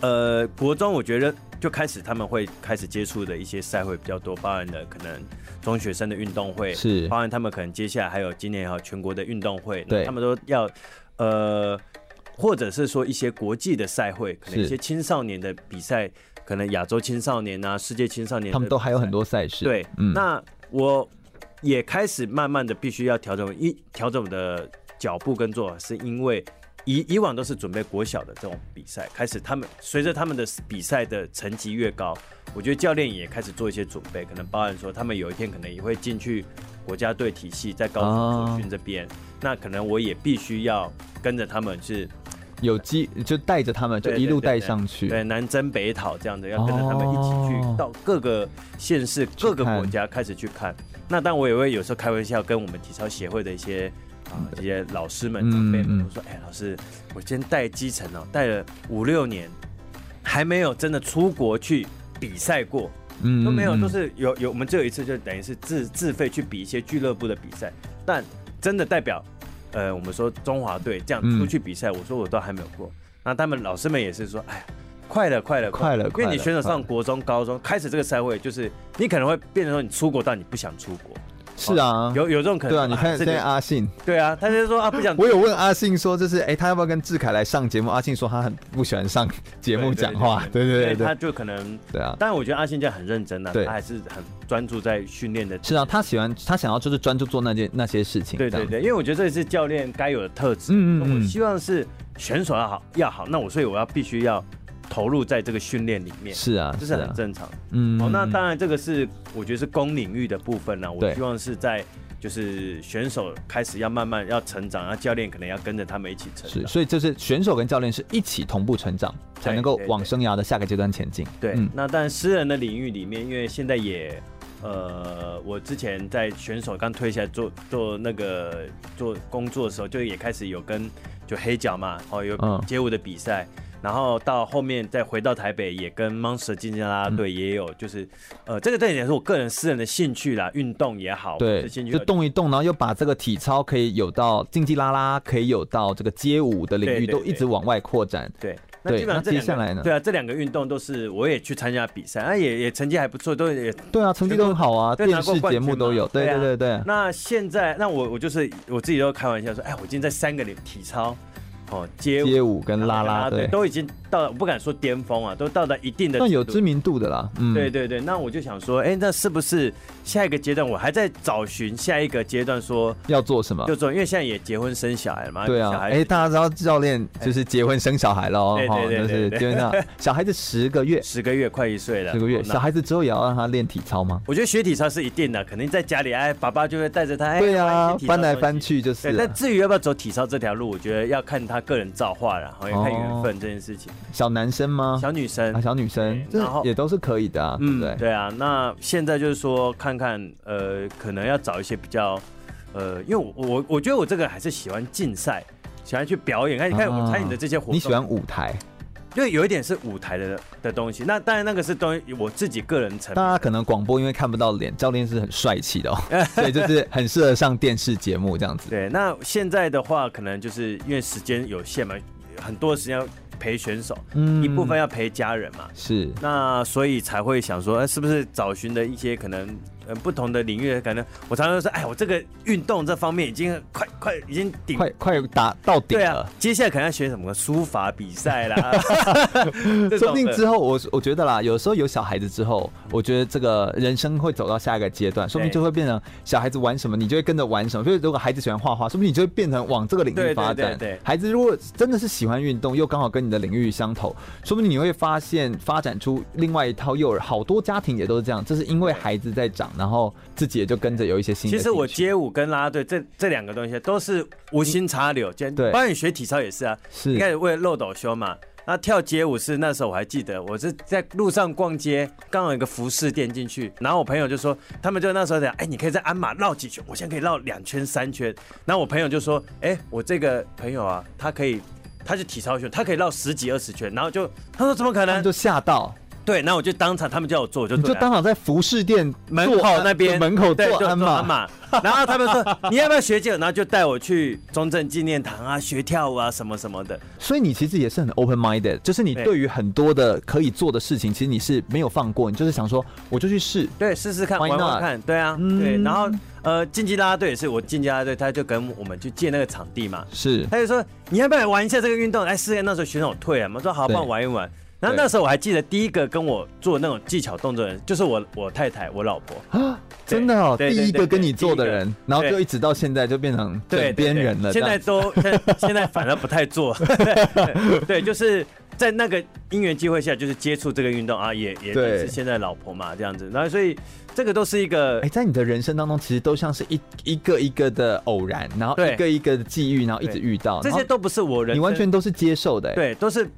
B: 呃，国中我觉得就开始他们会开始接触的一些赛会比较多，包含了可能中学生的运动会，
A: 是
B: 包含他们可能接下来还有今年还有全国的运动会，
A: 对
B: 那他们都要呃，或者是说一些国际的赛会，可能
A: 是
B: 一些青少年的比赛，可能亚洲青少年啊、世界青少年，
A: 他们都还有很。多赛事，嗯
B: 对，那我也开始慢慢的必须要调整一调整我的脚步跟做法，是因为以以往都是准备国小的这种比赛，开始他们随着他们的比赛的成绩越高，我觉得教练也开始做一些准备，可能包含说他们有一天可能也会进去国家队体系，在高中
A: 哦
B: 培训这边，那可能我也必须要跟着他们是
A: 有机就带着他们就
B: 对
A: 一路
B: 对对
A: 带上去，
B: 对南征北讨这样子，要跟着他们一起
A: 哦
B: 去到各个县市、各个
A: 看
B: 国家开始去看。那当然我也会有时候开玩笑跟我们体操协会的一些啊、这些老师们、
A: 嗯
B: 长辈
A: 嗯
B: 们，我说：“哎、老师，我今天带基层哦，带了五六年，还没有真的出国去比赛过，
A: 嗯
B: 都没有，
A: 嗯
B: 都是有有我们只有一次，就等于是自自费去比一些俱乐部的比赛，但真的代表，呃，我们说中华队这样
A: 嗯
B: 出去比赛，我说我都还没有过。那他们老师们也是说，哎呀，快了，快了，
A: 嗯快了
B: 因为
A: 快
B: 你
A: 了嗯
B: 选手
A: 快了
B: 上国中、高中开始这个赛会，就是你可能会变成说你出国到你不想出国，
A: 是啊，
B: 有有这种可能。
A: 对啊，你看
B: 这
A: 现
B: 个
A: 在阿信，
B: 对啊，他就说啊不想
A: 我有问阿信说，就是哎、他要不要跟志凯来上节目？阿信说他很不喜欢上 节目讲话，对对对
B: 他
A: 对，
B: 就可能。
A: 对啊。
B: 但我觉得阿信这样很认真的、
A: 对
B: 他还是很专注在训练的
A: 是啊，他喜欢他想要就是专注做那件那些事情，
B: 对
A: 这
B: 对
A: 样
B: 对，因为我觉得这是教练该有的特质。
A: 嗯嗯
B: 嗯
A: 嗯
B: 嗯我希望是选手要好要好，那我所以我要必须要投入在这个训练里面，
A: 是啊，
B: 这
A: 是
B: 是
A: 啊
B: 很，正常。哦
A: 嗯
B: 好，那当然这个是我觉得是公领域的部分呢、啊
A: 对
B: 我希望是在就是选手开始要慢慢要成长，那教练可能要跟着他们一起成
A: 是，
B: 长。
A: 所以就是选手跟教练是一起同步成长，才能够
B: 对对
A: 往生涯的下个阶段前进。
B: 对，
A: 嗯
B: 那但私人的领域里面，因为现在也，呃，我之前在选手刚退下来做做那个做工作的时候，就也开始有跟就黑脚嘛，哦，有
A: 嗯
B: 街舞的比赛。然后到后面再回到台北，也跟 Monster 竞技啦啦
A: 嗯
B: 队也有，就是，呃，这个这一点是我个人私人的兴趣啦，运动也好，
A: 对，
B: 是兴趣
A: 就动一动，然后又把这个体操可以有到竞技啦啦，可以有到这个街舞的领
B: 对
A: 域，
B: 对
A: 都一直
B: 对
A: 往外扩展。
B: 对，
A: 对
B: 基本
A: 那
B: 上这
A: 接
B: 两个
A: 下来呢
B: 对啊，这两个运动都是我也去参加比赛，啊，也也成绩还不错，都也
A: 对啊，成绩都很好啊，
B: 对
A: 电
B: 拿过
A: 视
B: 冠
A: 节目
B: 军
A: 都
B: 嘛
A: 有。对
B: 对啊
A: 对对对，
B: 那现在，那我我就是我自己都开玩笑说，哎，我今天在三个里体操，哦，街舞、
A: 街舞跟啦啦
B: 队
A: 队
B: 都已经到了，我不敢说巅峰啊，都到达一定的
A: 算有
B: 程度
A: 知名度的啦。嗯，
B: 对对对，那我就想说，哎，那是不是下一个阶段，我还在找寻下一个阶段说，
A: 要做什么
B: 就？说，因为现在也结婚生小孩了嘛，
A: 对
B: 小
A: 啊，
B: 孩哎
A: 哎，大家知道教练就是结婚生小孩了哦，
B: 对对
A: 哈
B: 对
A: 就
B: 对
A: 是
B: 对
A: 基本上小孩子十个月，
B: 十个月快一岁了，
A: 十个月，
B: 哦那
A: 小孩子之后也要让他练体操吗？
B: 我觉得学体操是一定的，肯定在家里，哎，爸爸就会带着他，哎，
A: 对啊
B: 玩一些体，操
A: 翻来
B: 东西
A: 翻去就是
B: 对，
A: 啊
B: 但至于要不要走体操这条路，我觉得要看他个人造化了，好像看缘
A: 哦
B: 分这件事情。
A: 小男生吗？
B: 小女生
A: 啊，，小女生，
B: 对
A: 这
B: 然后
A: 也都是可以的啊，对不对？
B: 对啊。那现在就是说，看看呃，可能要找一些比较呃，因为我我我觉得我这个还是喜欢竞赛，喜欢去表演。看你看
A: 啊
B: 我参与的这些活动，
A: 你喜欢舞台，
B: 因为有一点是舞台的的东西。那当然那个是东西，我自己个人层面
A: 大家可能广播因为看不到脸，教练是很帅气 的哦，所以就是很适合上电视节目这样子。
B: 对，那现在的话，可能就是因为时间有限嘛，很多时间要陪选手，
A: 嗯
B: 一部分要陪家人嘛。
A: 是
B: 那所以才会想说，呃、是不是找寻的一些可能呃不同的领域，可能我常常说，哎，我这个运动这方面已经快快已经顶。
A: 快快打到顶
B: 对
A: 了
B: 啊。，接下来可能要学什么书法比 赛啦，
A: 说不
B: 这种
A: 定
B: 的
A: 之后，我我觉得啦，有时候有小孩子之后，我觉得这个人生会走到下一个阶段，说不定就会变成小孩子玩什么，你就会跟着玩什么。所以如果孩子喜欢画画，说不定你就会变成往这个领域
B: 对对
A: 发展。
B: 对对
A: 孩子如果真的是喜欢运动，又刚好跟你的领域相投，说不定你会发现发展出另外一套幼儿。好多家庭也都是这样，这是因为孩子在长然后自己也就跟着有一些新的兴趣。
B: 其实我街舞跟啦啦队这这两个东西都是无心插柳，兼
A: 对
B: 包括你学体操也是啊，
A: 是
B: 一开始为了漏斗胸嘛。那跳街舞是那时候我还记得，我是在路上逛街，刚好有一个服饰店进去，然后我朋友就说，他们就那时候讲，哎、你可以在鞍马绕几圈，我现在可以绕两圈三圈。然后我朋友就说，哎、我这个朋友啊，他可以，他是体操选手，他可以绕十几二十圈。然后就他说怎么可
A: 他们
B: 能？
A: 就吓到，
B: 对，那我就当场他们叫我做，我就
A: 你
B: 做
A: 就
B: 了
A: 当场在服饰店
B: 门
A: 做
B: 口
A: 安
B: 那边
A: 门口
B: 对，
A: 做
B: 就
A: 鞍
B: 做鞍
A: 马，
B: 马。然后他们说你要不要学街舞，然后就带我去中正纪念堂啊，学跳舞啊什么什么的。
A: 所以你其实也是很 open minded，就是你
B: 对
A: 对于很多的可以做的事情，其实你是没有放过，你就是想说我就去试，
B: 对，试试看，
A: Why
B: 玩
A: not？
B: 玩看，对啊，
A: 嗯
B: 对。然后呃，竞技啦啦队也是我竞技啦啦队，他就跟我们去借那个场地嘛，
A: 是
B: 他就说你要不要玩一下这个运动？哎，试一下。那时候选手退啊了嘛，我说好，
A: 对
B: 帮我玩一玩。然后
A: 对
B: 那时候我还记得第一个跟我做那种技巧动作的人，就是我我太太，我老婆。
A: 啊， 真的哦，
B: 对对
A: 第一
B: 对
A: 个
B: 对
A: 跟你
B: 第
A: 做
B: 一
A: 的
B: 个
A: 人，然后
B: 对
A: 就一直到现在就变成
B: 对
A: 枕
B: 对
A: 边
B: 对
A: 人了，
B: 现
A: 这
B: 在
A: 样
B: 都现 现在反而不 太做，对对，就是在那个因缘机会下，就是接触这个运动啊，也也
A: 对
B: 是现在老婆嘛这样子，然后所以这个都是一个
A: 哎，在你的人生当中，其实都像是一一个一个的偶然，然后
B: 对
A: 一个一个的际遇，然后一直
B: 对
A: 遇到，
B: 这
A: 然
B: 些
A: 后
B: 都不是我人生，
A: 你完全都是接受的，哎，
B: 对，都是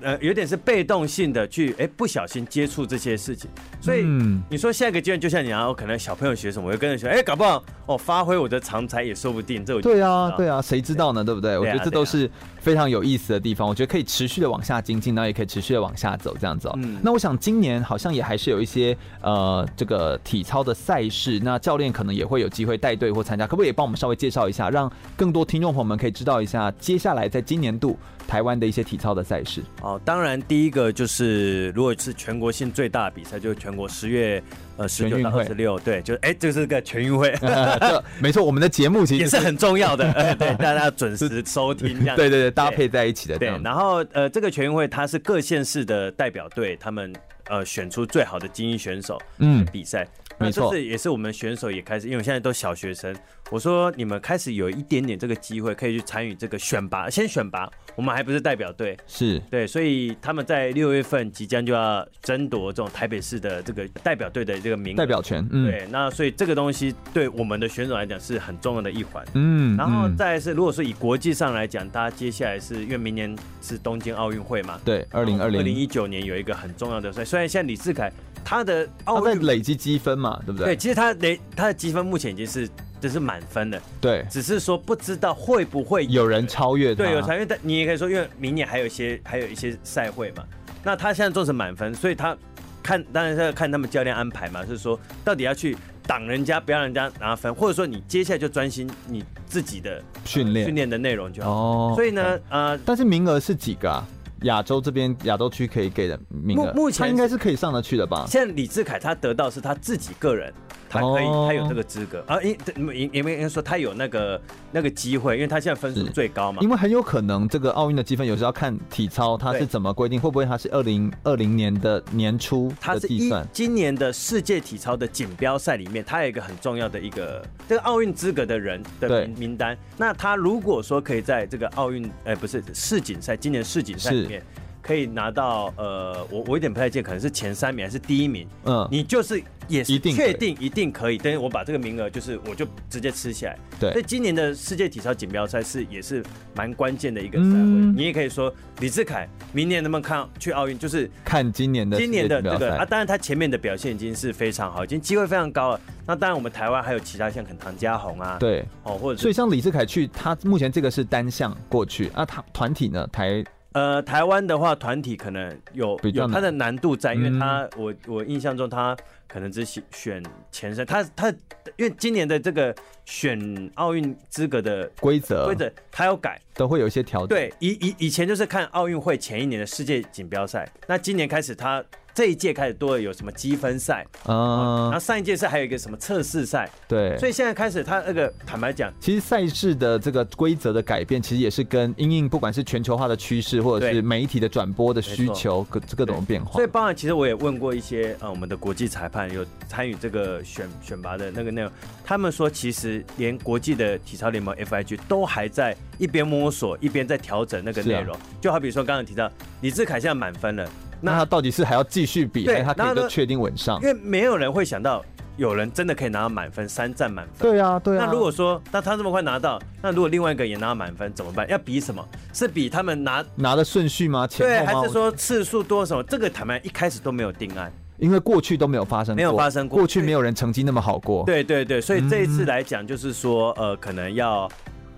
B: 呃有点是被动性的去哎不小心接触这些事情，所以。
A: 嗯，
B: 你说下一个阶段，就像你啊，我可能小朋友学什么，我就跟着学，哎、搞不好哦，发挥我的长才也说不定。这我就
A: 对啊
B: 不知，道
A: 对啊，谁知道呢？对不对？我觉得这
B: 啊
A: 都是非常有意思的地方。我觉得可以持续的往下精进，然后也可以持续的往下走，这样子、哦。
B: 嗯
A: 那我想今年好像也还是有一些呃这个体操的赛事，那教练可能也会有机会带队或参加，可不可以也帮我们稍微介绍一下，让更多听众朋友们可以知道一下接下来在今年度台湾的一些体操的赛 事？
B: 哦，当然，第一个就是如果是全国性最大的比赛，就是全国十月呃十
A: 全
B: 九
A: 运
B: 到
A: 会
B: 二十六，对，就是哎，这是个全 运会，
A: 呃这没错，我们的节目其
B: 也
A: 实
B: 是很重要 的，呃对，大家准时收听这样。
A: 对对对搭配在一起的这
B: 对
A: 样，子。
B: 然后呃，这个全运会它是各县市的代表队，他们呃选出最好的精英选手
A: 嗯，
B: 比赛。
A: 没错
B: 那这次也是我们选手也开始，因为我现在都小学生，我说你们开始有一点点这个机会可以去参与这个选拔，先选拔，我们还不是代表队，
A: 是
B: 对，所以他们在六月份即将就要争夺这种台北市的这个代表队的这个名额
A: 代。表权，嗯
B: 对，那所以这个东西对我们的选手来讲是很重要的一环。
A: 嗯，
B: 然后
A: 嗯
B: 再来是，如果说以国际上来讲，大家接下来是因为明年是东京奥运会嘛，
A: 对二零二
B: 二零
A: 零。
B: 一九年有一个很重要的赛，虽然现在李志凯他的
A: 他
B: 奥
A: 在
B: 运
A: 累积积分嘛，对不
B: 对，
A: 对？
B: 其实他累他的积分目前已经是就是满分了，
A: 对，
B: 只是说不知道会不会
A: 有人超越他，
B: 对，有裁但你也可以说，因为明年还有一些还有一些赛会嘛，那他现在做成满分，所以他看当然是要看他们教练安排嘛，是说到底要去挡人家，不要让人家拿分，或者说你接下来就专心你自己的呃
A: 训练
B: 训练的内容就好。
A: 哦。
B: 所以呢，呃，
A: 但是名额是几个啊？亚洲这边亚洲区可以给的名额，
B: 目目前
A: 他应该是可以上得去的吧？
B: 现在李志凯他得到是他自己个人，他可以，
A: 哦
B: 他有这个资格啊，因因因为说他有那个那个机会，因为他现在分数
A: 是
B: 最高嘛
A: 因。为很有可能这个奥运的积分有时候要看体操它是
B: 对
A: 怎么规定，会不会它是二零二零年的年初
B: 他
A: 的
B: 是
A: 计
B: 一
A: 算？
B: 今年的世界体操的锦标赛里面，他有一个很重要的一个这个奥运资格的人
A: 对
B: 的名名单。那他如果说可以在这个奥运，呃，不是世锦赛，今年世锦赛
A: 是
B: 里面可以拿到，呃，我我有点不太记得，可能是前三名还是第一名，
A: 嗯，
B: 你就是也是
A: 一定可以
B: 确定一定可以，但是我把这个名额就是我就直接吃下来。所以
A: 对，
B: 今年的世界体操锦标赛是也是蛮关键的一个赛会。
A: 嗯
B: 你也可以说李志凯明年能不能看去奥运，就是
A: 看今年的
B: 今年的
A: 世界
B: 这
A: 锦标
B: 个啊，
A: 赛，
B: 当然他前面的表现已经是非常好，已经机会非常高了。那当然我们台湾还有其他像可能唐家红啊，，
A: 对。
B: 哦或者
A: 所以
B: 是
A: 像李志凯去，他目前这个是单项过去，啊，他团体呢台
B: 呃台湾的话，团体可能有
A: 比较
B: 有
A: 难
B: 它的难度在，因
A: 嗯
B: 为他、我我印象中他可能只选选前三，他他因为今年的这个选奥运资格的
A: 规则
B: 规则他要改，
A: 都会有一些调整，
B: 对，以以以前就是看奥运会前一年的世界锦标赛，那今年开始他这一届开始多了有什么积分赛，然
A: 嗯
B: 后，上一届是还有一个什么测试赛，
A: 对。
B: 啊所以现在开始他那个坦白讲，
A: 其实赛事的这个规则的改变，其实也是跟因应不管是全球化的趋势，或者是
B: 对
A: 媒体的转播的需求各各种变化
B: 所以。包含其实我也问过一些呃我们的国际裁判有参与这个选选拔的那个内容，他们说其实连国际的体操联盟 FIG 都还在一边摸索一边在调整那个
A: 是啊
B: 内容，就好比说刚刚提到李志凯现在满分了，
A: 那他到底是还要继续比，
B: 对
A: 还是他可以
B: 那
A: 就确定稳上
B: 因？为没有人会想到有人真的可以拿到满分，三战满分。
A: 对啊，对啊。
B: 那如果说，那他这么快拿到，那如果另外一个也拿到满分怎么办？要比什么？是比他们拿
A: 拿的顺序吗？
B: 对，
A: 前后吗？
B: 还是说次数多少？这个坦白一开始都没有定案。
A: 因为过去都没有发生过，
B: 没有发生过
A: 过去没有人成绩那么好过。，
B: 对对对，所以这一次来讲，就是说，呃，可能要，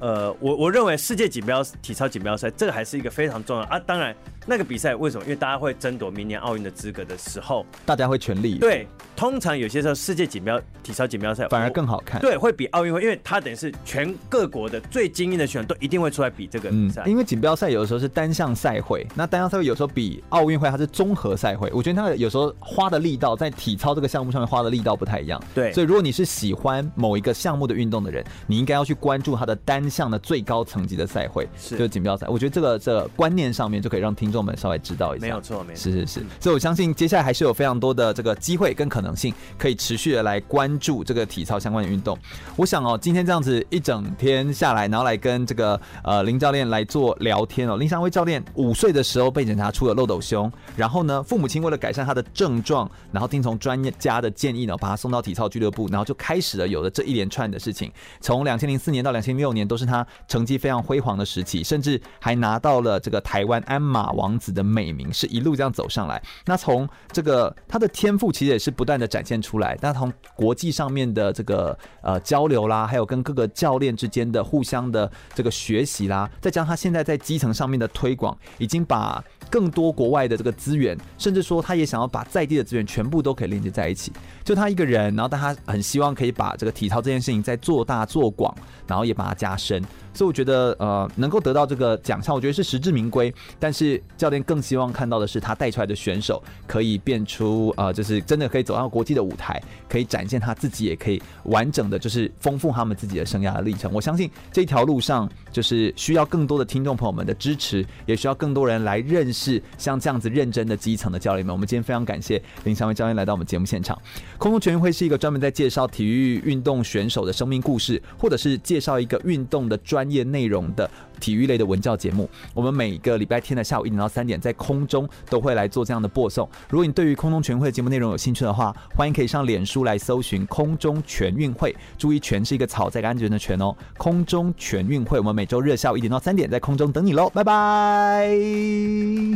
B: 呃，我我认为世界锦标体操锦标赛这个还是一个非常重要啊。当然，那个比赛为什么？因为大家会争夺明年奥运的资格的时候，
A: 大家会全力，，
B: 对，通常有些时候世界锦标体操锦标赛
A: 反而更好看。，
B: 对，会比奥运会，因为它等于是全各国的最精英的选手都一定会出来比这个比
A: 嗯
B: 赛。，
A: 因为锦标赛有的时候是单项赛会，那单项赛会有时候比奥运会它是综合赛会，我觉得它有时候花的力道在体操这个项目上面花的力道不太一样。
B: 对
A: 所以如果你是喜欢某一个项目的运动的人，你应该要去关注它的单项的最高层级的赛会，
B: 是
A: 就是锦标赛。我觉得这个这个观念上面就可以让听众们稍微知道一下。
B: 没有错，没错。
A: 是是是，所以我相信接下来还是有非常多的这个机会跟可能性，可以持续的来关注这个体操相关的运动。我想哦，今天这样子一整天下来，然后来跟这个呃林教练来做聊天哦。林祥威教练五岁的时候被检查出了漏斗胸，然后呢，父母亲为了改善他的症状，然后听从专家的建议呢，把他送到体操俱乐部，然后就开始了有了这一连串的事情。从两千零四年到两千零六年都是他成绩非常辉煌的时期，甚至还拿到了这个台湾鞍马王子的美名，是一路这样走上来。那从这个他的天赋其实也是不断的展现出来，那从国际上面的这个呃交流啦，还有跟各个教练之间的互相的这个学习啦，再加上他现在在基层上面的推广，已经把更多国外的这个资源，甚至说他也想要把在地的资源全部都可以连接在一起。就他一个人，然后但他很希望可以把这个体操这件事情再做大做广，然后也把它加深。所以我觉得，呃，能够得到这个奖项，我觉得是实至名归。但是教练更希望看到的是，他带出来的选手可以变出，呃，就是真的可以走上国际的舞台，可以展现他自己，也可以完整的，就是丰富他们自己的生涯的历程。我相信这条路上，就是需要更多的听众朋友们的支持，也需要更多人来认识像这样子认真的基层的教练们。我们今天非常感谢林祥威教练来到我们节目现场。空中全运会是一个专门在介绍体育运动选手的生命故事，或者是介绍一个运动的专业内容的体育类的文教节目。我们每个礼拜天的下午一点到三点，在空中都会来做这样的播送。如果你对于空中全运会的节目内容有兴趣的话，欢迎可以上脸书来搜寻“空中全运会”，注意“全”是一个草在一个安全的“全”哦。空中全运会，我们每周日下午一点到三点在空中等你喽，拜拜。